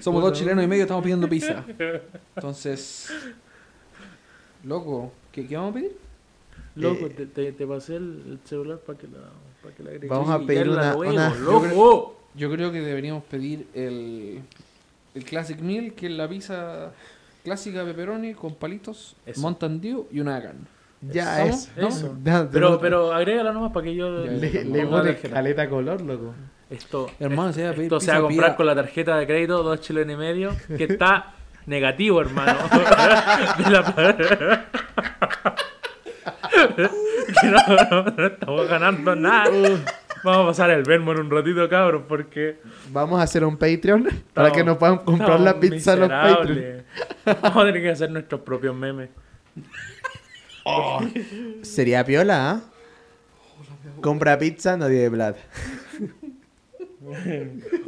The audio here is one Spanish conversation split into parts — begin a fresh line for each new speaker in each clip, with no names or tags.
Somos dos chilenos y medio, estamos pidiendo pizza. Entonces, loco, ¿qué, qué vamos a pedir?
Loco,
Eh,
te, te, te pasé el el celular para que la, para que la agregues.
Vamos
Sí,
a
ya
pedir
la
una-
huevo,
una-
yo creo-
¡Loco!
Yo creo que deberíamos pedir el, el Classic Meal, que es la pizza clásica de pepperoni con palitos,
Eso.
Mountain Dew y una gana.
Ya es.
¿Estamos? Eso.
Ya,
Pero,
no-
pero agrégala nomás para que yo...
Ya,
Le,
no,
le
no,
pone
tarjeta.
caleta color, loco.
Esto,
Hermano, se va a pedir
esto se va a
pizza,
comprar
pida-
con la tarjeta de crédito, dos chilenos y medio, que está negativo, hermano. De la- Que no, no, no estamos ganando nada.
Uh.
Vamos a pasar el vermo en un ratito, cabros, porque...
Vamos a hacer un Patreon para que nos puedan comprar la
estamos
pizza los Patreon.
miserables. Vamos a tener que hacer nuestros propios memes.
Sería piola, ¿ah? Compra pizza, nadie de plata.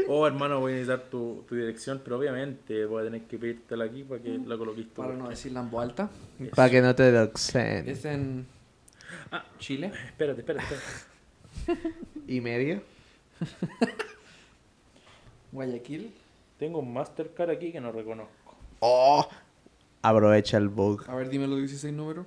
Oh, hermano, voy a necesitar tu, tu dirección, pero obviamente voy a tener que pedírtela aquí para que la coloquís tú.
Para no decirla en voz alta.
Para que no te doxen.
Es en
Ah.
Chile.
Espérate, espérate, espérate.
¿Y medio?
Guayaquil.
Tengo un Mastercard aquí que no reconozco.
¡Oh! Aprovecha el bug.
A ver, dime los 16 números.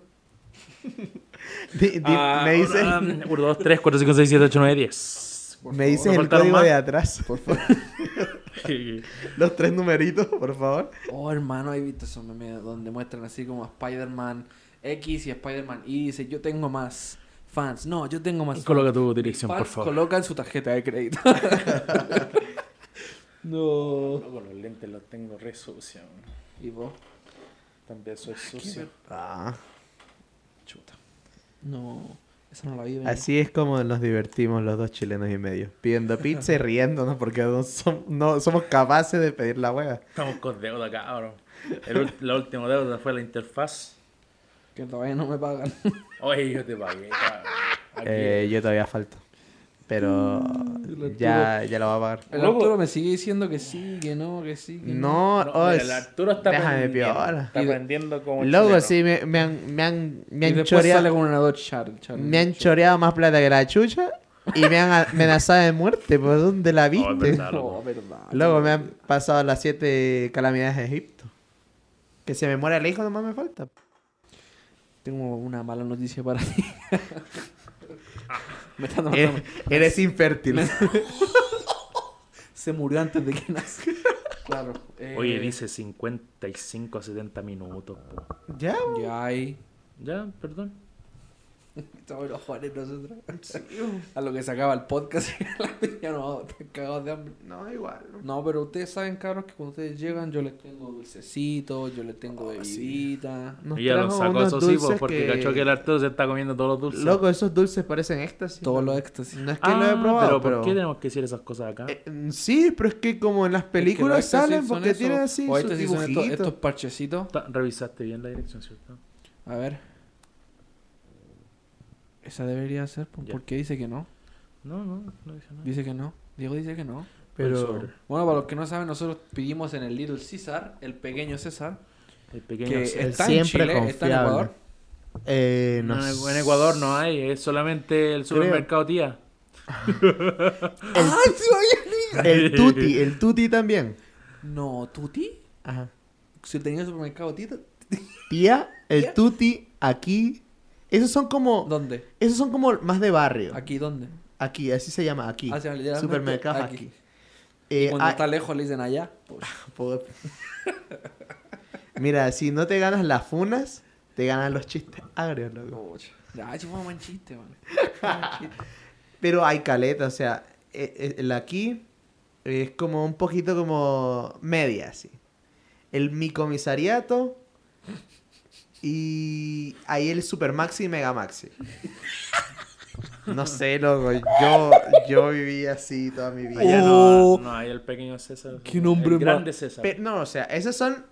Di- di-
Ah,
me dice,
1, 2, 3, 4, 5, 6, 7, 8, 9, 10.
por
me dice
¿no
el
faltaron
código
más?
de atrás.
Por favor.
Los tres numeritos, por favor.
Oh, hermano, he visto esos memes donde muestran así como a Spider-Man X y a Spider-Man Y dice, yo tengo más fans. No, yo tengo más
Coloca
fans.
tu
Mis
dirección,
fans
por favor.
Colocan su tarjeta de crédito. no.
Loco, los lentes los tengo re sucios. man.
Y vos,
También soy sucio.
Ah,
chuta. No, esa no la vi. venir.
así es como nos divertimos los dos chilenos y medio. Pidiendo pizza y riéndonos porque no, som- no somos capaces de pedir la hueva.
Estamos con deuda, cabrón. El ul- la última deuda fue la interfaz.
Que todavía no me pagan.
Oye, yo te pagué, cabrón. Aquí. Mm,
Eh, yo todavía falto. Pero
el
ya, ya lo va a pagar.
El
Loco.
Arturo me sigue diciendo que sí, que no, que sí, que no.
No,
Mm, No,
oh,
mira, el Arturo está
déjame
aprendiendo.
peor.
Está aprendiendo como
Luego
chileno.
sí, me, me han, me han, me
y
han,
después sale
choreado,
con una Dodge Charger. Charger.
me han choreado más plata que la chucha y me han amenazado de muerte. ¿Por dónde
Oh,
la
es
viste?
verdad,
Oh,
loco.
verdad.
Luego me han pasado las siete calamidades de Egipto. Que se me muera el hijo nomás me falta.
Tengo una mala noticia para ti. me
Eh.
están
Eres,
matando.
Eh, eres infértil.
Se murió antes de que nace. claro. eh,
Oye, dice 55 a 70 minutos. po.
¿Ya?
Ya hay.
Ya, perdón.
Estamos los Juanes nosotros. A lo que se acaba el podcast. ya no, están cagados de hambre.
No, igual.
No, pero ustedes saben, cabros, que cuando ustedes llegan yo les tengo dulcecitos, yo les tengo bebidita.
Nos
Ella lo
trajo
sacó
unos
eso sí, po,
dulces
porque
que-
cachó que el Arturo se está comiendo todos los dulces.
Loco, esos dulces parecen éxtasis.
Todo
loco.
lo éxtasis.
No es que
Ah,
lo he probado,
pero,
pero...
¿por qué tenemos que decir esas cosas acá?
Eh, mm, sí, pero es que como en las películas
Es que los
salen
éxtasis son
porque
esos-
tienen así
o
sus
estos sí son
dibujitos.
estos, estos parchecitos.
Ta- Revisaste bien la dirección, ¿cierto?
A ver. Esa debería ser, po,
Ya.
porque dice que no.
No, no, no dije nada.
Dice que no. Diego dice que no.
Pero
sobre.
Bueno, para los que no saben, nosotros pedimos en el Little César, el pequeño César,
El
que
pequeño...
el
está en
siempre
Chile, está en
confiable.
Ecuador.
eh,
No,
no
en-
sé.
en Ecuador no hay, es solamente el supermercado tía.
¡Ay, ¡Ah, sí, oye!
El Tuti, el Tuti también.
No, ¿Tuti?
Ajá.
Si tenía el supermercado Tito,
Tía, el
Tía.
Tuti aquí. Esos son como
¿dónde?
esos son como más de barrio. Aquí,
¿Aquí dónde?
así se llama aquí.
Ah, se llama literalmente
Supermercados
aquí.
aquí. Eh,
Cuando
ah,
está lejos le dicen allá. Pues,
po- Mira, si no te ganas las funas, te ganan los chistes agrios, loco.
pucha. Ya, sí fue un buen chiste, man.
Pero hay caleta, o sea, e- e- el aquí es como un poquito como media, así. El mi comisariato y ahí el supermaxi y megamaxi. No sé, loco, yo, yo viví así toda mi vida.
Allá
Oh.
no, no hay el pequeño César.
Qué nombre
El
más-
grande César.
Pe- no, o sea, esas son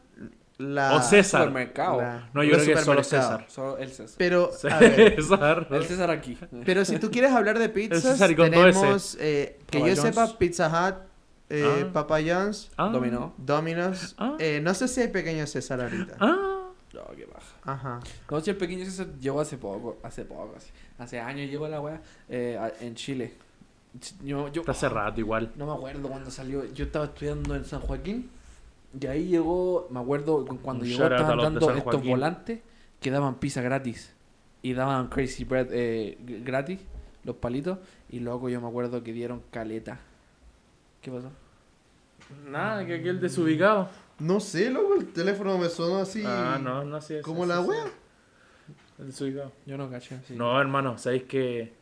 las...
O César.
Supermercado.
la-
No, yo
los
creo que es solo
supermercados.
César.
Solo el César.
Pero, a ver,
César.
El César aquí.
pero si tú quieres hablar de pizzas,
César y con dos S.
tenemos, eh, que
Papa
yo
John's.
sepa, Pizza Hut, eh,
Ah.
Papa John's,
Ah,
Dominó.
Dominos.
Ah.
Eh, no sé si hay pequeño César ahorita.
Ah,
No, qué baja.
Ajá.
No, si el pequeño César llegó hace poco, hace poco, así. Hace años llegó la weá eh, a- en Chile. Yo, yo,
está hace rato igual.
No me acuerdo cuando salió. Yo estaba estudiando en San Joaquín Y ahí llegó, me acuerdo, cu- cuando
Un
llegó
shout out
estaban
a los de
dando
San
estos
Joaquín.
volantes que daban pizza gratis. Y daban Crazy Bread eh, g- gratis, los palitos. Y luego yo me acuerdo que dieron caleta. ¿Qué pasó?
Nada, que aquel desubicado.
No sé, loco, el teléfono me sonó así.
Ah, no, no sí, sí,
Como
sí,
la
sí.
wea.
El desubicado.
Yo no caché. sí.
No, hermano, sabéis que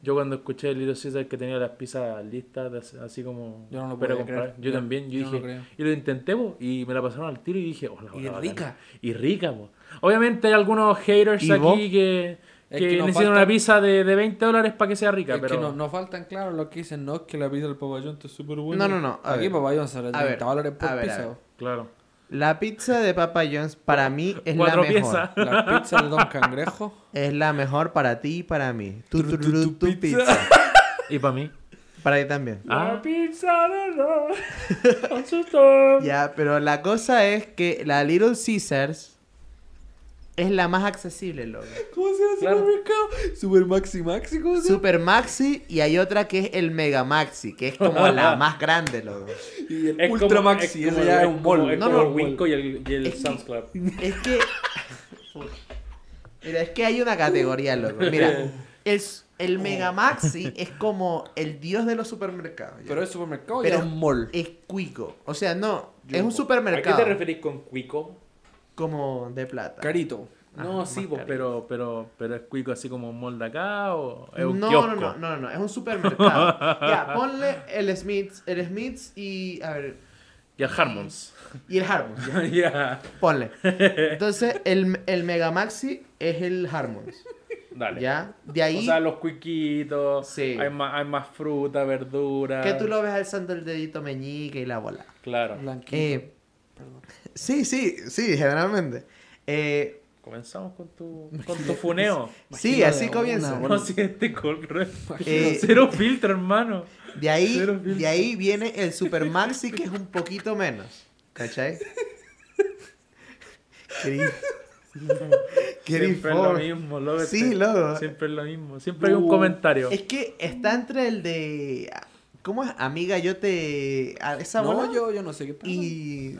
yo cuando escuché el Little Caesar que tenía las pizzas listas, de hace- así como.
Yo no lo
para
podía
comprar,
creer.
Yo también, yo,
yo no
dije.
lo creo.
y lo intenté, po, y me la pasaron al tiro y dije, "Oh, hola,
Y rica.
Y rica, po. Obviamente hay algunos haters
¿Y
aquí
vos?
que, que,
Es que nos
necesitan
falta-
una pizza de, de 20 dólares para que sea rica,
Es
pero.
que no, no faltan, claro, los que dicen, no, es que la pizza del papayón está súper buena.
No, no, no, a
Aquí
ver.
papayón sale
A ver,
30 dólanes
a
por
ver, a
pizza.
ver.
Claro.
La pizza de Papa John's para mí es la
Cuatro
mejor.
piezas.
La pizza de Don Cangrejo.
Es la mejor para ti y para mí. Tu, tu, tu, tu, tu pizza.
Y para mí.
Para ti también.
Ah,
pizza de Don
Ya, pero la cosa es que la Little Caesars es la más accesible, loco.
¿Cómo se hace
Claro.
el mercado? Super Maxi Maxi, ¿cómo se llama?
Super Maxi y hay otra que es el Mega Maxi, que es como la más grande, loco.
Y el
es como-
Ultra Maxi,
como-
ese ya es un
como-
mall.
Es
No,
como
no.
el Winco y el, y el
Es que-
Sam's Club.
Es que. Mira, es que hay una categoría, loco. Mira, el, el Mega Maxi es como el dios de los supermercados. ya.
Pero es supermercado
Pero-
y es un mall.
es cuico. O sea, no,
Yo-
es un supermercado.
¿A qué te referís con Cuico?
Como de plata.
Carito.
No, sí,
Ah, más
pues,
caro.
pero, pero, pero es cuico así como un molde acá o es
No,
un
no,
kiosco.
no, no, no, es un supermercado. ya, ponle el Smiths, el Smiths y. A ver.
Y el Harmons.
Y el Harmons. ya,
ya.
Ponle. Entonces, el, el Mega Maxi es el Harmons.
Dale.
¿Ya? De
O
ahí
sea, los cuiquitos,
Sí.
hay, más, hay más fruta, verdura.
que tú lo ves alzando el dedito meñique y la bola.
Claro.
Blanquito.
Eh,
Perdón.
sí, sí, sí, generalmente. Eh,
Comenzamos con tu, con tu funeo.
sí,
Imagino
así
de
comienza.
una,
No, si este color
Eh,
Cero filtro, hermano.
De ahí,
Cero filtro.
de ahí viene el Super Maxi, que es un poquito menos. ¿Cachai? Querí- Querí
Siempre es lo
for-
mismo, loco.
Sí,
este.
loco.
Siempre es lo mismo. Siempre hay un
Uh.
comentario.
Es que está entre el de. ¿Cómo es? Amiga, yo te. a esa bola.
No, yo, yo no sé qué pasa.
Y.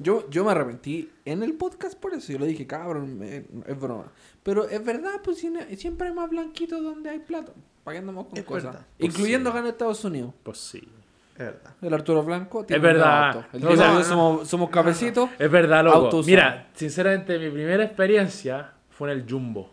Yo, yo me arrepentí en el podcast por eso. Yo le dije, cabrón, me- es broma. Pero es verdad, pues si no- siempre hay más blanquitos donde hay plata. Pagándonos con
Es
cosas.
verdad.
Incluyendo
Pues sí.
acá en Estados Unidos.
Pues sí.
Es verdad.
El Arturo Blanco.
Es verdad.
un auto. El
No,
Diego
no,
y yo
no.
somos, somos cabecitos.
Mm.
Es verdad, loco.
Autos
Mira, sinceramente, mi primera experiencia fue en el Jumbo,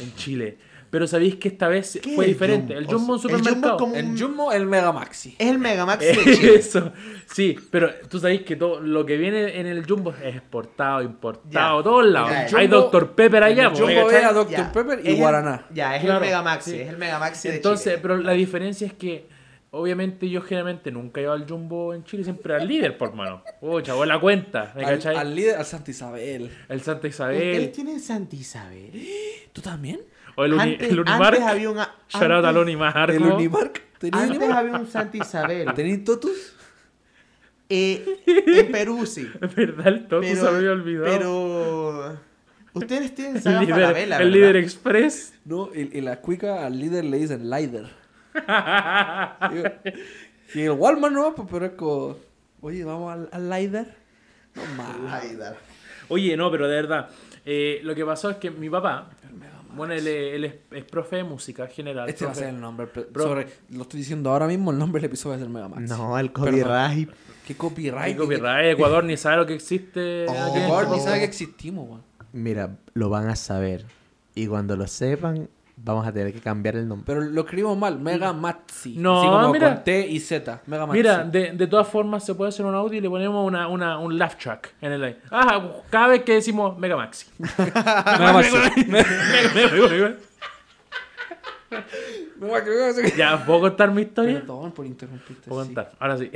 en Chile. Pero sabéis que esta vez
¿Qué
fue
es el
diferente.
Jumbo?
El
O
Jumbo es
sea,
un
el Jumbo
supermercado.
como-
El Jumbo, el Mega Maxi.
Es el Mega Maxi de Chile.
Eso. Sí, pero tú sabéis que todo lo que viene en el Jumbo es exportado, importado,
Ya.
todos lados.
Ya, el
Hay
Jumbo-
Dr. Pepper allá. pues.
el
po,
Jumbo
¿cachai?
es a Dr.
Ya,
Pepper
es
y
el-
Guaraná.
Ya, es
Claro,
el Mega Maxi.
sí.
Es el Mega Maxi de
Entonces,
Chile.
pero la diferencia es que, obviamente, yo generalmente nunca iba al Jumbo en Chile, siempre al líder, por mano. Uy, chavo, la cuenta. ¿Me
Al,
cachai?
al líder, al Santa Isabel.
El Santa
¿Ustedes
Isabel.
tienen Santa Isabel?
¿Tú también?
O el, Uni-
Antes,
el Unimark.
antes había un.
Shout out al Unimark.
¿El
po.
Unimark? ¿Tenías
Antes
Unimark?
había un Santa
Ah.
Isabel.
¿Tenías Totus?
Eh, en Perú sí.
Es verdad, el Toto se había olvidado.
Pero. Ustedes tienen
el
saga
líder,
Falabella,
el
¿verdad?
líder express.
No, y, y la cuica al líder le dicen Lider. y el Walmart no, pues, pero es como... Oye, ¿vamos al, al Lider? No mames.
Ay, dar.
Oye, no, pero de verdad. eh, lo que pasó es que mi papá, bueno, él, es- él es, es profe de música general.
Este va a
profe-
ser el nombre. pe-
Bro.
sobre- lo estoy diciendo ahora mismo, el nombre del episodio va a ser Mega Max.
No, el
Perdón.
copyright.
¿Qué copyright?
Ay, copyright, Ecuador ni sabe lo que existe.
Oh.
aquí en
Ecuador ni
Chile.
sabe que existimos, weón.
Mira, lo van a saber. Y cuando lo sepan, vamos a tener que cambiar el nombre.
Pero lo escribimos mal, Mega Maxi.
Mm. No,
así como
mira.
con T y Z. Mega Maxi.
Mira, de, de todas formas se puede hacer un audio y le ponemos una, una- un laugh track en el live. Ah, cada vez que decimos Mega Maxi.
Mega Maxi.
ya, ¿puedo contar mi historia?
Perdón por interrumpirte.
Puedo
sí.
contar, ahora sí.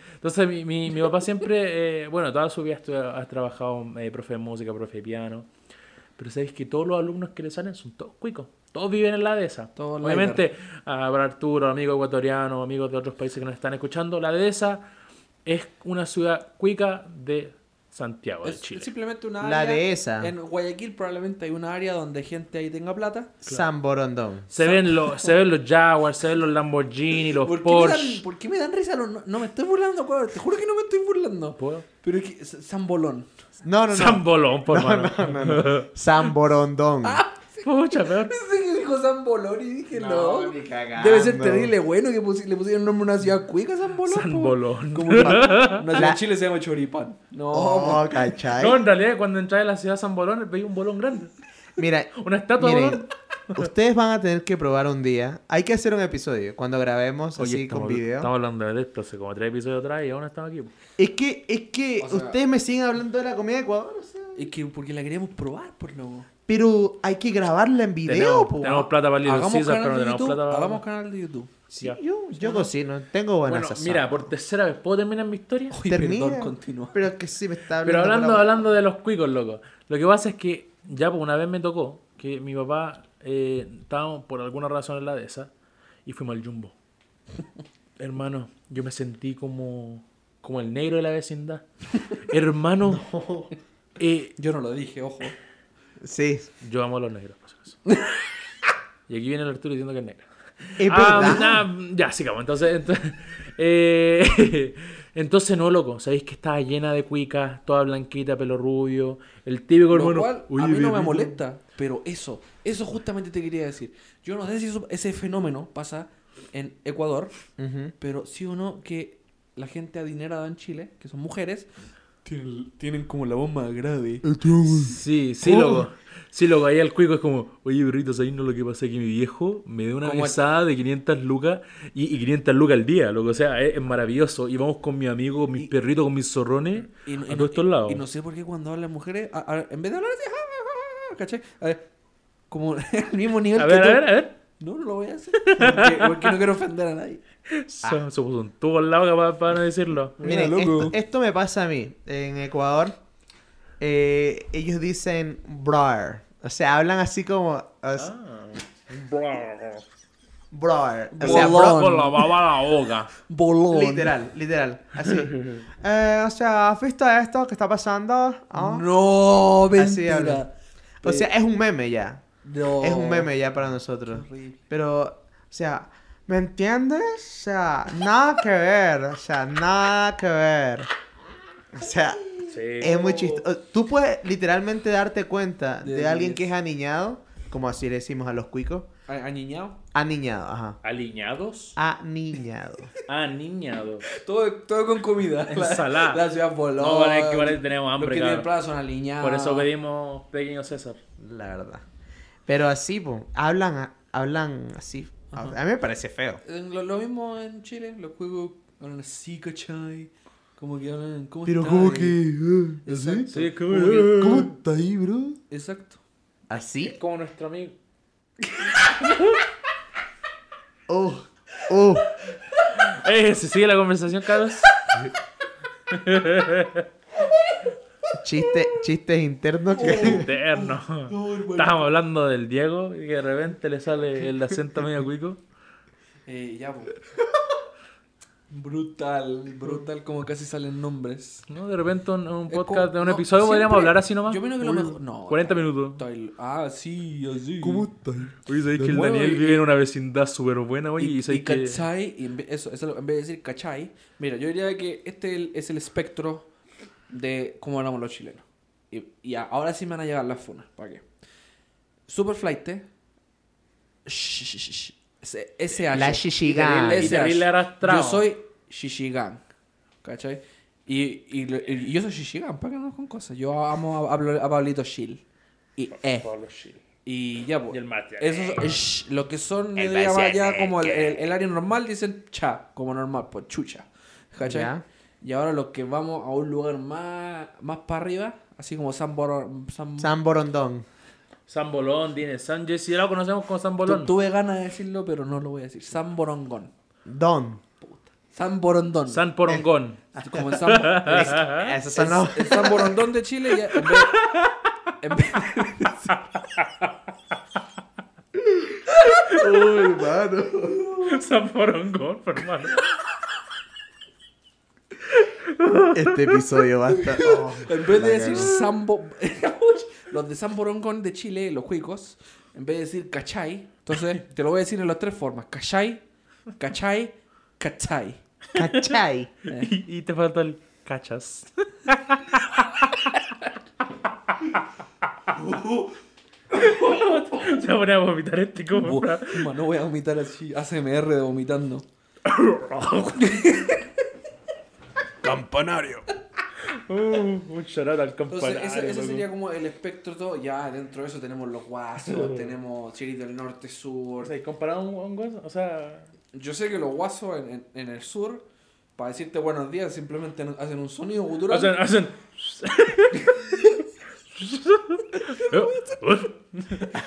Entonces, mi, mi, mi papá siempre, eh, bueno, toda su vida estu- has trabajado eh, profe de música, profe de piano. Pero sabéis que todos los alumnos que le salen son todos cuicos. Todos viven en la dehesa.
Todos
Obviamente, a para Arturo, amigos ecuatorianos, amigos de otros países que nos están escuchando, la dehesa es una ciudad cuica de Santiago de
Pues, Es
Chile.
simplemente una
La
área.
dehesa.
En Guayaquil probablemente hay una área donde gente ahí tenga plata.
San Borondón.
Se ven, los, se ven los Jaguars, se ven los Lamborghini, los
¿Por qué, me dan,
Porsche.
por qué me dan risa? los no, no me estoy burlando, cabrón. Te juro que no me estoy burlando.
¿Puedo?
Pero es que. S- Sambolón.
No, no,
San
no.
Bolón, por mano.
San Borondón.
Ah, Pucha, peor.
Pensé que dijo Sambolón y dije, no.
ni cagando.
Debe ser terrible bueno que pusi- le pusieron nombre a una ciudad cuica, Sambolón. po.
Sambolón.
Como que una ciudad
La-
en Chile se llama Choripán. No,
Oh, ¿cachai?
No, en realidad cuando entras a la ciudad de San Bolón veis un bolón grande.
Mira,
Una estatua de
miren,
bolón.
ustedes van a tener que probar un día. Hay que hacer un episodio cuando grabemos
Oye,
así
estamos,
con video.
estamos hablando de esto hace como tres episodios atrás y aún estamos aquí.
Es que, es que
O sea-
ustedes me siguen hablando de la comida de Ecuador, o sea,
Es que porque la queríamos probar, por loco.
pero hay que grabarla en video,
tenemos,
po.
tenemos plata para Little
Hagamos
Caesar, pero
canal
no
de
tenemos
YouTube.
plata para...
Hagamos canal de YouTube.
Sí,
Ya.
yo, yo cocino, tengo buena
Bueno,
sazón.
mira, por tercera vez, ¿puedo terminar mi historia?
Uy,
Termina,
perdón, continúa.
Pero es que sí me está
Pero
hablando.
hablando,
con la-
hablando de los cuicos, loco. Lo que pasa es que ya pues, una vez me tocó que mi papá eh, estaba por alguna razón en la de esa y fuimos al jumbo. Hermano, yo me sentí como, como el negro de la vecindad. Hermano, eh,
Yo no lo dije, ojo.
Sí,
yo amo a los negros. por si acaso. y aquí viene el Arturo diciendo que es negro.
es
Ah,
verdad.
ah, ya, sigamos. Entonces, entonces, eh, entonces, no, loco. Sabéis que estaba llena de cuicas, toda blanquita, pelo rubio. El típico
Lo
hermano.
cual
"Oye,
a mí no me
Benito".
molesta, pero eso, eso justamente te quería decir. Yo no sé si eso- ese fenómeno pasa en Ecuador,
Ujú.
pero sí o no que la gente adinerada en Chile, que son mujeres, tienen, tienen como la voz más grave.
Sí, sí, loco. Sí, loco. Ahí el cuico es como, oye, burrito, ¿sabéis no lo que pasa? Que mi viejo me dio una
Como-
mesada de 500 lucas y, y 500 lucas al día, loco. O sea, es, es maravilloso. Y vamos con mi amigo, mis
Y-
perritos, con mis zorrones
Y, no- y
a
no-
todos estos
y-
lados.
y no sé por qué cuando hablan mujeres, a- a- en vez de hablar así, "Ah, ah, ah, ah", ¿cachai? A ver, como el mismo nivel
a
que
ver, a
tú.
ver, a ver.
No, no lo voy a hacer. Porque, porque no quiero ofender a nadie.
Se, se puso un tubo al lado para, para no decirlo.
Mira,
Miren, esto,
loco.
esto me pasa a mí. En Ecuador, eh, ellos dicen brar. O sea, hablan así como. o sea, brar. O sea,
Bolón.
bro-
Con la baba a la boca.
Bolón.
literal, literal. Así. Eh, o sea, ¿has visto esto que está pasando? Ah.
No,
Así
mentira.
habla. O sea, es un meme ya.
No.
Es un meme ya para
Qué
nosotros.
horrible.
Pero, o sea, ¿me entiendes? O sea, nada que ver. O sea, nada que ver. O sea,
Sí.
es muy chistoso. Tú puedes literalmente darte cuenta de
De
alguien
niñez.
que es aniñado, como así le decimos a los cuicos.
¿A- ¿Añiñado?
Aniñado, ajá.
Aliñados.
Aniñado.
Aniñados.
Todo, todo con comida.
Ensalada.
La, la ciudad voló.
No, vale, que vale, tenemos hambre,
Los que tienen
cabrón.
plata son aliñados.
Por eso pedimos pequeño César.
La verdad. Pero así, po, hablan, a- hablan así. A a mí me parece feo.
En Lo, lo mismo en Chile, los juegos hablan así, cachai. Como que hablan. ¿Cómo
Pero
está,
como
eh?
que... eh, ¿Así?
Exacto.
Sí, es como-
como que-
¿Cómo está ahí, bro?
Exacto.
¿Así?
Como nuestro amigo.
Oh, oh.
Eh, se sigue la conversación, Carlos.
Chiste, chistes internos que...
Eterno.
No, hermano.
Estábamos hablando del Diego y de repente le sale el acento medio cuico.
Eh, ya, po. Brutal, brutal, como casi salen nombres.
¿No? De repente un, un
Es como-
podcast de un
no,
episodio podríamos
siempre-
hablar así nomás.
Yo opino que lo
Uy,
mejor. No.
40 minutos.
tal- Ah, sí, así.
¿Cómo está ahí?
Oye, sabéis que el
Bueno,
Daniel
y-
vive en una vecindad súper buena, oye,
Y,
y,
y
sabéis que...
cachai, y en vez, eso, eso, en vez de decir cachai, mira, yo diría que este el- es el espectro de cómo hablamos los chilenos. Y, y a- ahora sí me van a llegar las funas, ¿para qué? eh. Super flight, SH.
La Shishigan.
El SH.
Y David le arrastrado.
Yo soy Shishigan, ¿cachai? Y, y, lo- y yo soy Shishigan, ¿para qué no con cosas? Yo amo a, a- a Pablito Shill. Y eh. Y ya, pues.
Y el mate.
Eso es sh- lo que son, yo diría, más ya como el, el- el área normal, dicen cha, como normal, pues chucha. ¿Cachai?
Ya.
Y ahora los que vamos a un lugar más, más para arriba, así como San Borón. San...
San Borondón.
San Bolón, tiene San Jesse, ya lo conocemos como San
Tu-
Bolón.
tuve ganas de decirlo, pero no lo voy a decir. San Borongón.
Don.
San Borondón.
San Porongón.
Como en San,
Es- Esos son los...
en San Borondón de Chile, ya, en vez- en vez-
Oh, hermano.
San Porongón, hermano.
Este episodio va a estar. oh,
En vez
la
de decir
cagó.
Sambo. los de San Borongón de Chile, los cuicos, en vez de decir cachai, entonces te lo voy a decir en las tres formas: cachai, cachai, cachai.
¿Cachai?
Y, y te faltó el cachas. Se va a poner a vomitar este
Bu-
como.
Bueno, no voy a vomitar así, ACMR de vomitando.
Campanario.
Uh, un shout al
Entonces,
campanario.
ese, ese
loco.
sería como el espectro todo. Ya dentro de eso tenemos los guasos, tenemos series del norte,
O
sur.
sea, comparado a un, a un guaso, o sea.
Yo sé que los guasos en, en- en el sur, para decirte buenos días, simplemente hacen un sonido gutural.
Hacen. hacen...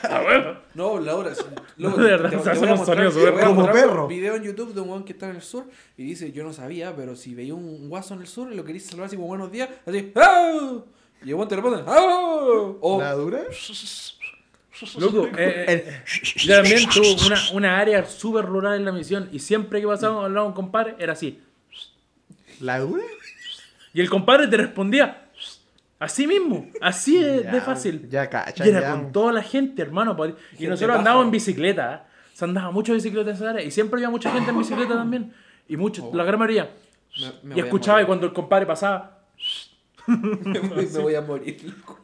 Ah, bueno.
No, Laura, es- loco,
de verdad,
te-
se
te
hacen
voy a
los
mostrar-
sonidos
te voy a
súper
como
mostrar
perro.
Un video en YouTube de un weón que está en el sur y dice, yo no sabía, pero si veía un guaso en el sur y lo quería saludar así como buenos días, así, ¡ah! Y el weón te responde, ¡ah! O,
¿La dura?
Loco, eh,
El-
Yo también tuve una, una área súper rural en la misión y siempre que pasábamos a hablar con un compadre era así.
¿La dura?
Y el compadre te respondía así mismo, así de, de
Ya,
fácil.
Ya, cacha.
y era
ya.
con toda la gente, hermano. pa- Y
Gente
nosotros
baja.
andábamos en bicicleta. ¿eh? Se andaba mucho en bicicleta en esa área y siempre había mucha gente en bicicleta también. Y mucho, la gran mayoría.
Me- Oh. me voy
y
a
escuchaba y
morir.
cuando el compadre pasaba.
me, voy- me voy a morir. loco.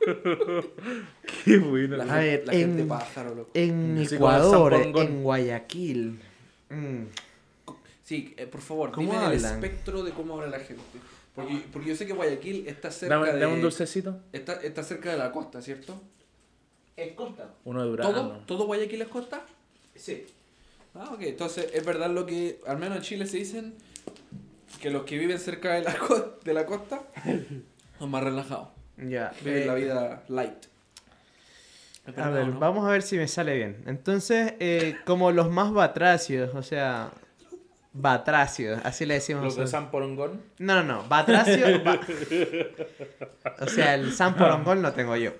Qué bueno.
La,
A ver, em, eh,
la gente
en-
pájaro, loco.
En
Sí, como
Ecuador,
el zampongón.
en Guayaquil. Mm.
Sí, eh, por favor,
¿Cómo
dime el
hablan?
espectro de cómo habla la gente. Porque, porque yo sé que Guayaquil está cerca
Dame,
de...
dame un dulcecito.
Está, está cerca de la costa, ¿cierto?
Es costa.
Uno de Durazno.
¿Todo, ¿Todo Guayaquil es costa?
Sí.
Ah, ok. Entonces, es verdad lo que, al menos en Chile se dicen, que los que viven cerca de la, co- de la costa son más relajados.
Ya.
Viven
eh,
la vida light. Es
A
verdad,
ver,
¿o no?
vamos a ver si me sale bien. Entonces, eh, como los más batracios, o sea, batracios, así le decimos.
Los de
nosotros.
San Porongón.
No, no, no, batracio. ba- O sea, el San Porongón lo tengo yo.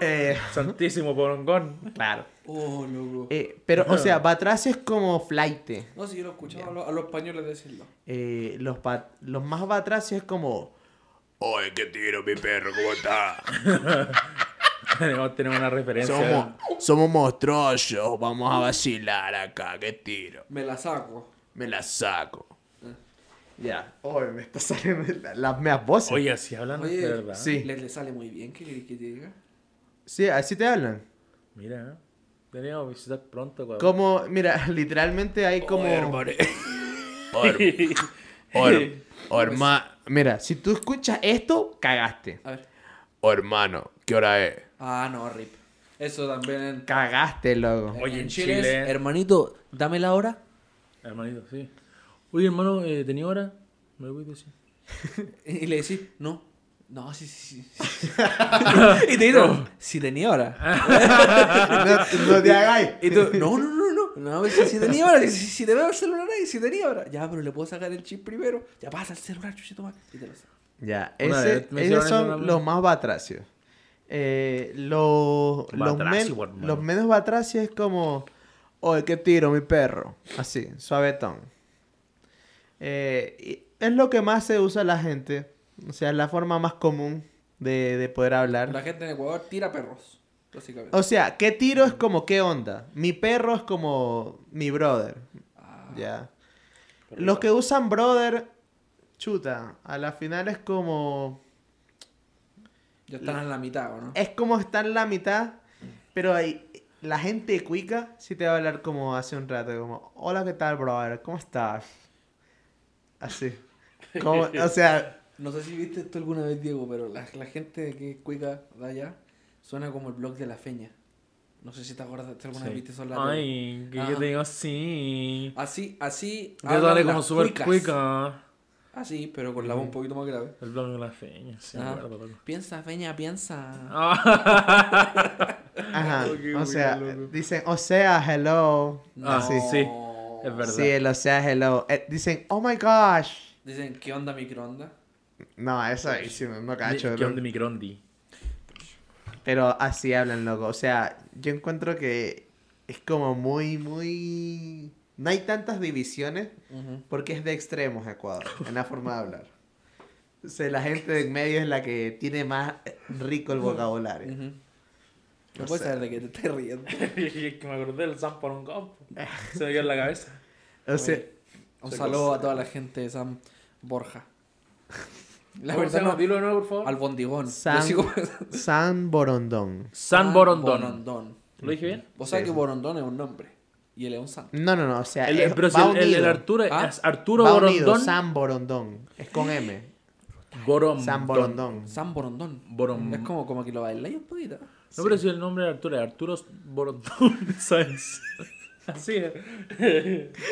Eh,
Santísimo Porongón.
claro.
Oh, loco.
Eh, pero, o sea, batracio es como flight. Eh,
No, si yo lo escuchaba a los, a los españoles decirlo.
los, ba- los más batracios es como.
Oye, qué tiro, mi perro, ¿cómo está?
Tenemos tenemos una referencia.
Somos, somos monstruosos, vamos a vacilar acá, qué tiro.
Me la saco.
Me la saco.
Ya. Oh, me está saliendo la- las meas voces.
Oye, así hablan
Oye,
de verdad.
sí.
Les, les sale muy bien, ¿qué querés que te diga?
Sí, así te hablan.
Mira, tenemos que visitar pronto, Ecuador.
Como, mira, literalmente hay como.
Oye, hermano. Oye, hermano. Oye, herma-
Mira, si tú escuchas esto, cagaste.
A ver.
oye, hermano, ¿qué hora es?
Ah, no, Rip. Eso también.
Cagaste, loco.
Oye, en
es,
Chile-
Hermanito, dame la hora.
Hermanito, sí. Oye, hermano, eh, ¿tenía hora? Me voy a decir.
Y le decís, no. No, sí, sí, sí. sí. y te dicen, si tenía hora.
No, no te hagáis.
Y tú, no, no, no, no. No, pero si, si tenía hora, si, si- si te veo el celular ahí, si tenía hora. Ya, pero le puedo sacar el chip primero. Ya pasa el celular, chuchito, más. Y te lo saco.
Ya,
Una
ese-
vez me hicieron
esos
eso
son
también.
los más batracios. Eh, los, los,
Batracio,
men-
hermano.
los menos batracios es como, oye, qué tiro, mi perro. Así, suavetón. Eh, y es lo que más se usa la gente. O sea, es la forma más común de, de poder
La
hablar.
gente en Ecuador tira perros, básicamente.
O sea, qué tiro es como qué onda. Mi perro es como mi brother.
Ah,
Ah.
Ya. Los que usan brother, chuta, a la final es como...
Ya están en la mitad, ¿o no?
Es como estar en la mitad, pero ahí la gente cuica sí te va a hablar como hace un rato, como, hola, ¿qué tal, brother? ¿Cómo estás? Así. Como- o sea,
No sé si viste esto alguna vez, Diego, pero la, la gente que es cuica de allá suena como el blog de la feña. No sé si te acuerdas, ¿te alguna vez viste Ah. eso en la tele?
Ay, que yo
Ajá.
te digo así.
Así, así.
Que
hablan
dale como
Ah, las
súper
cuicas.
cuica.
Así, pero con la voz un poquito más grave.
El blog de la feña, sí, me
Ajá.
acuerdo, loco.
Piensa, feña,
Ah,
piensa.
ajá.
Qué
O
bueno,
sea,
loco.
dicen, o sea, hello.
Ah,
Así.
sí. Es verdad.
Sí, el o sea, hello. Eh, dicen, oh my gosh.
Dicen, ¿qué onda microondas?
No, eso ahí sí no, no
Mi-
cacho.
¿Qué
bro.
onda, microndi?
Pero así hablan, loco. O sea, yo encuentro que es como muy, muy No hay tantas divisiones porque es de extremos Ecuador, en la forma de hablar. O sea, la gente del medio es la que tiene más rico el vocabulario.
No
O
puedes
sea-
saber de qué te estás riendo.
que me acordé del Sam por un campo.
Ah.
Se me quedó en la cabeza.
O sea,
Un
Se
saludo
cosa.
a toda la gente de San Borja. La
¿Cómo se
verdad
llama?
no,
Dilo de nuevo, por favor.
al bondigón. Yo
San-
sigo-
San Borondón.
San Borondón.
Borondón.
¿Lo dije bien?
Vos sabés
Sí,
que
sí.
Borondón es un nombre. Y él es un santo.
No, no, no, o sea,
El,
es-
pero si
va
el, el- el
unido.
Arturo,
eh, Ah,
es Arturo
Va
Borondón.
unido, San Borondón. Es con M.
Borondón.
San Borondón.
San Borondón.
Boron-
Es como, como que lo bailáis un poquito.
No, pero si el nombre de Arturo es Arturo Borondón, ¿sabes? Así es.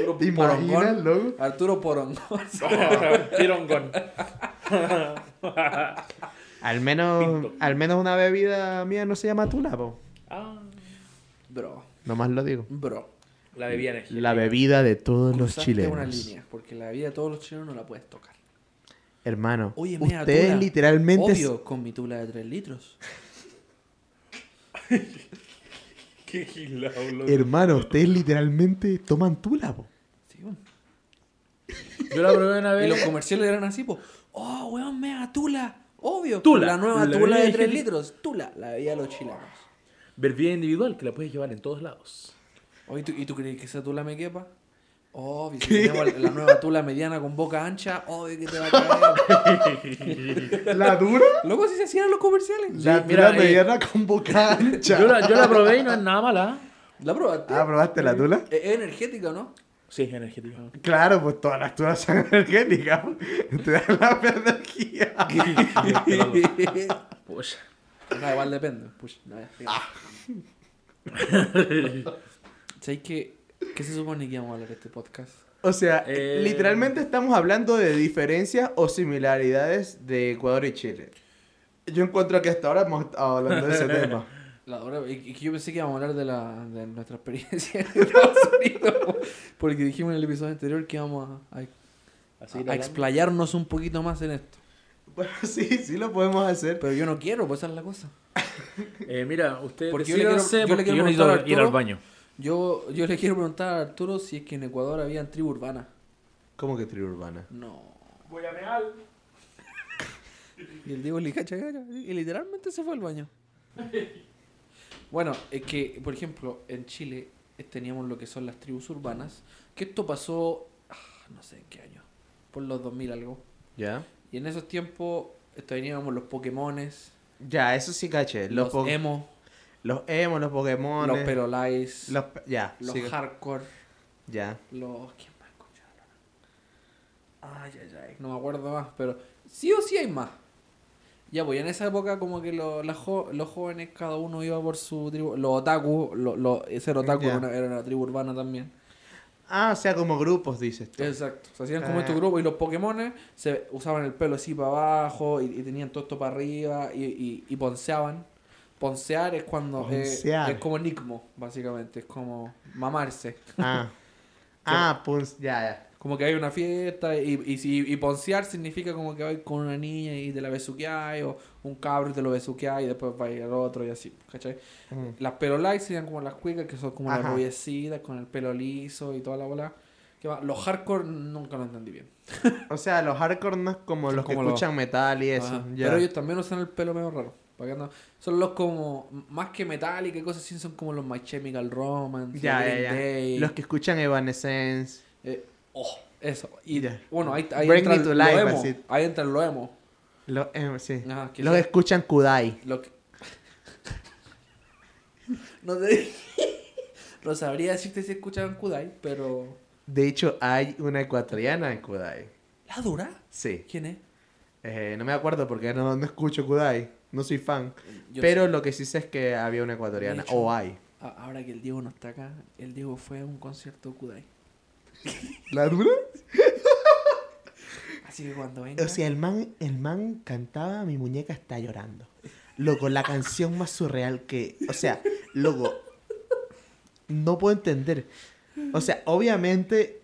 Arturo
¿Te imaginas, loco?
Arturo Porongón.
Pirongón.
Al menos, al menos una bebida mía no se llama tulapo.
Ah,
Bro,
Nomás lo digo.
bro.
la bebida energía.
La bebida de todos los
Cruzaste una
chilenos.
línea, porque la vida de todos los chilenos no la puedes tocar.
Hermano,
Oye, mira,
ustedes
tula.
literalmente...
Obvio, con mi tula de 3 litros.
Qué gilao, loco.
Hermano, ustedes literalmente toman tulapo.
Sí, bueno.
Yo la probé una
Y los
vez.
comerciales eran así, pues. Oh, weón, mega tula. Obvio.
Tula.
La nueva
La
tula
bebida
de 3
higiénica.
litros. Tula. La bebida de los chilenos.
Bebida individual que la puedes llevar en todos lados.
Oh, ¿y, tú, ¿Y tú crees que esa tula me quepa? Obvio. Si tenemos la nueva tula mediana con boca ancha, obvio que te va a caer.
¿La dura?
Luego si se hacían los comerciales.
La
mira,
tula
eh,
mediana con boca ancha.
Yo la, yo la probé y no es nada mala.
¿La probaste?
Ah, ¿probaste la tula?
Es es energética, ¿no?
Sí, es energética.
Claro, pues todas las tulas son energéticas. pues, Te dan la energía. Este,
Pucha.
Ah, igual depende. Pucha, no, ya, ya. ¿Sabéis qué, qué se supone que íbamos a hablar de este podcast?
O sea,
Eh,
literalmente estamos hablando de diferencias o similaridades de Ecuador y Chile. Yo encuentro que hasta ahora hemos estado hablando de ese tema.
La hora, y, y que yo pensé que íbamos a hablar de, la, de nuestra experiencia en Estados Unidos. po, Porque dijimos en el episodio anterior que íbamos a, a-
Así
a explayarnos un poquito más en esto.
Bueno, sí, sí lo podemos hacer.
Pero yo no quiero, pues esa es la cosa.
Eh, mira, usted
Porque yo le quiero-
decídanse
yo le
porque
quiero
yo
preguntar a
necesito ir
Arturo.
al baño.
Yo, yo le quiero preguntar a Arturo si es que en Ecuador había tribu urbana.
¿Cómo que tribu urbana?
No. Voy a mear. Y el Diego le cacha, cacha, y literalmente se fue al baño. Bueno, es que, por ejemplo, en Chile eh, teníamos lo que son las tribus urbanas, que esto pasó, ah, no sé en qué año, por los 2000 algo.
¿Ya?
Y en esos tiempos eh, teníamos los Pokémones,
Ya, eso sí caché. Los,
los,
po-
emo,
los emos, los Pokémon.
los Perolais, los,
ya, sí,
Hardcore,
ya.
los... ¿Quién más escuchaba? Ay, ay, ay, no me acuerdo más, pero sí o sí hay más. Ya, pues y en esa época como que lo- las jo- los jóvenes cada uno iba por su tribu, los otaku, lo, lo- ser otaku
Ya.
era, una, era una tribu urbana también.
Ah, o sea, como grupos, dices tú.
Exacto, se hacían como
Ah.
estos grupos y los Pokémones se usaban el pelo así para abajo y, y tenían todo esto para arriba y, y, y ponceaban. Poncear es cuando eh,
Poncear.
es como nicmo, básicamente, es como mamarse.
Ah. ah, pues, ya, ya.
Como que hay una fiesta y, y, si- y poncear significa como que vais con una niña y te la besuqueáis o un cabro y te lo besuqueáis y después vais al otro y así, ¿cachai?
Mm.
Las perolites serían como las cuicas que son como las
Ajá.
rubiecitas con el pelo liso y toda la bola. ¿Qué más? Los hardcore nunca lo entendí bien.
O sea, los hardcore no es como los
como
que
los-
escuchan metal y eso.
Ajá.
ya.
Pero ellos también usan el pelo medio raro. ¿Para qué no? Son los como, más que metálica y cosas así, son como los My Chemical Romance,
ya,
Green
ya, ya.
Day.
Los que escuchan Evanescence.
eh, oh, eso. Y
Ya.
bueno, ahí, ahí
Bring
entra
me
el-
to
lo
life,
emo.
así.
Ahí entra el lo emo.
Los, eh, sí.
Ajá, que
los
sí.
escuchan Kudai.
Lo que- no, te- no sabría decirte si escuchaban Kudai, pero...
De hecho, hay una ecuatoriana en Kudai.
¿La dura?
Sí.
¿Quién es?
Eh, no me acuerdo porque no, no escucho Kudai. No soy fan.
Yo
Pero lo que sí sé es que había una ecuatoriana.
De hecho.
o hay.
A- Ahora que el Diego no está acá, el Diego fue a un concierto de Kudai.
¿La dura?
Así que cuando venga...
O sea, el man, el man cantaba Mi muñeca está llorando. Loco, la canción más surreal que... O sea, loco, no puedo entender. O sea, obviamente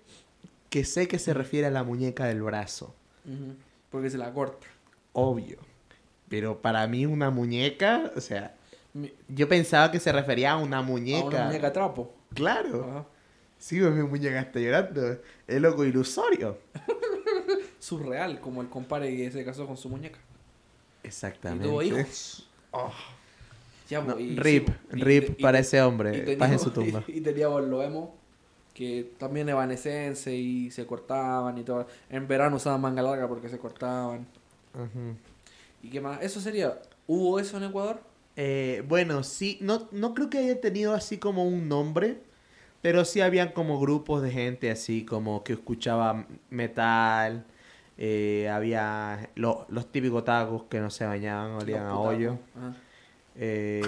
que sé que se refiere a la muñeca del brazo.
Ujú, Porque se la corta.
Obvio. Pero para mí una muñeca, o sea,
Mi-
yo pensaba que se refería a una
A Ah.
muñeca.
una muñeca trapo.
Claro.
Ajá.
Sí, pues mi muñeca está llorando. Es loco ilusorio.
Surreal, como el compadre que se casó con su muñeca. Y
Exactamente.
tuvo hijos. Ya,
No,
pues, y-
rip,
sí, pues, y
rip
te- y
para
te-
ese
y
hombre. Paz en
teníamos-
su tumba.
Y, teníamos los emo, que también evanescense y se cortaban y todo. En verano usaban manga larga porque se cortaban.
Ujú.
¿Y qué más? Eso sería. ¿Hubo eso en Ecuador?
Eh, bueno, sí, no, no creo que haya tenido así como un nombre, pero sí habían como grupos de gente así como que escuchaba metal, eh, había lo- los típicos tacos que no se bañaban, olían
Los Ah.
a
putacos.
hoyo.
Ajá.
Eh,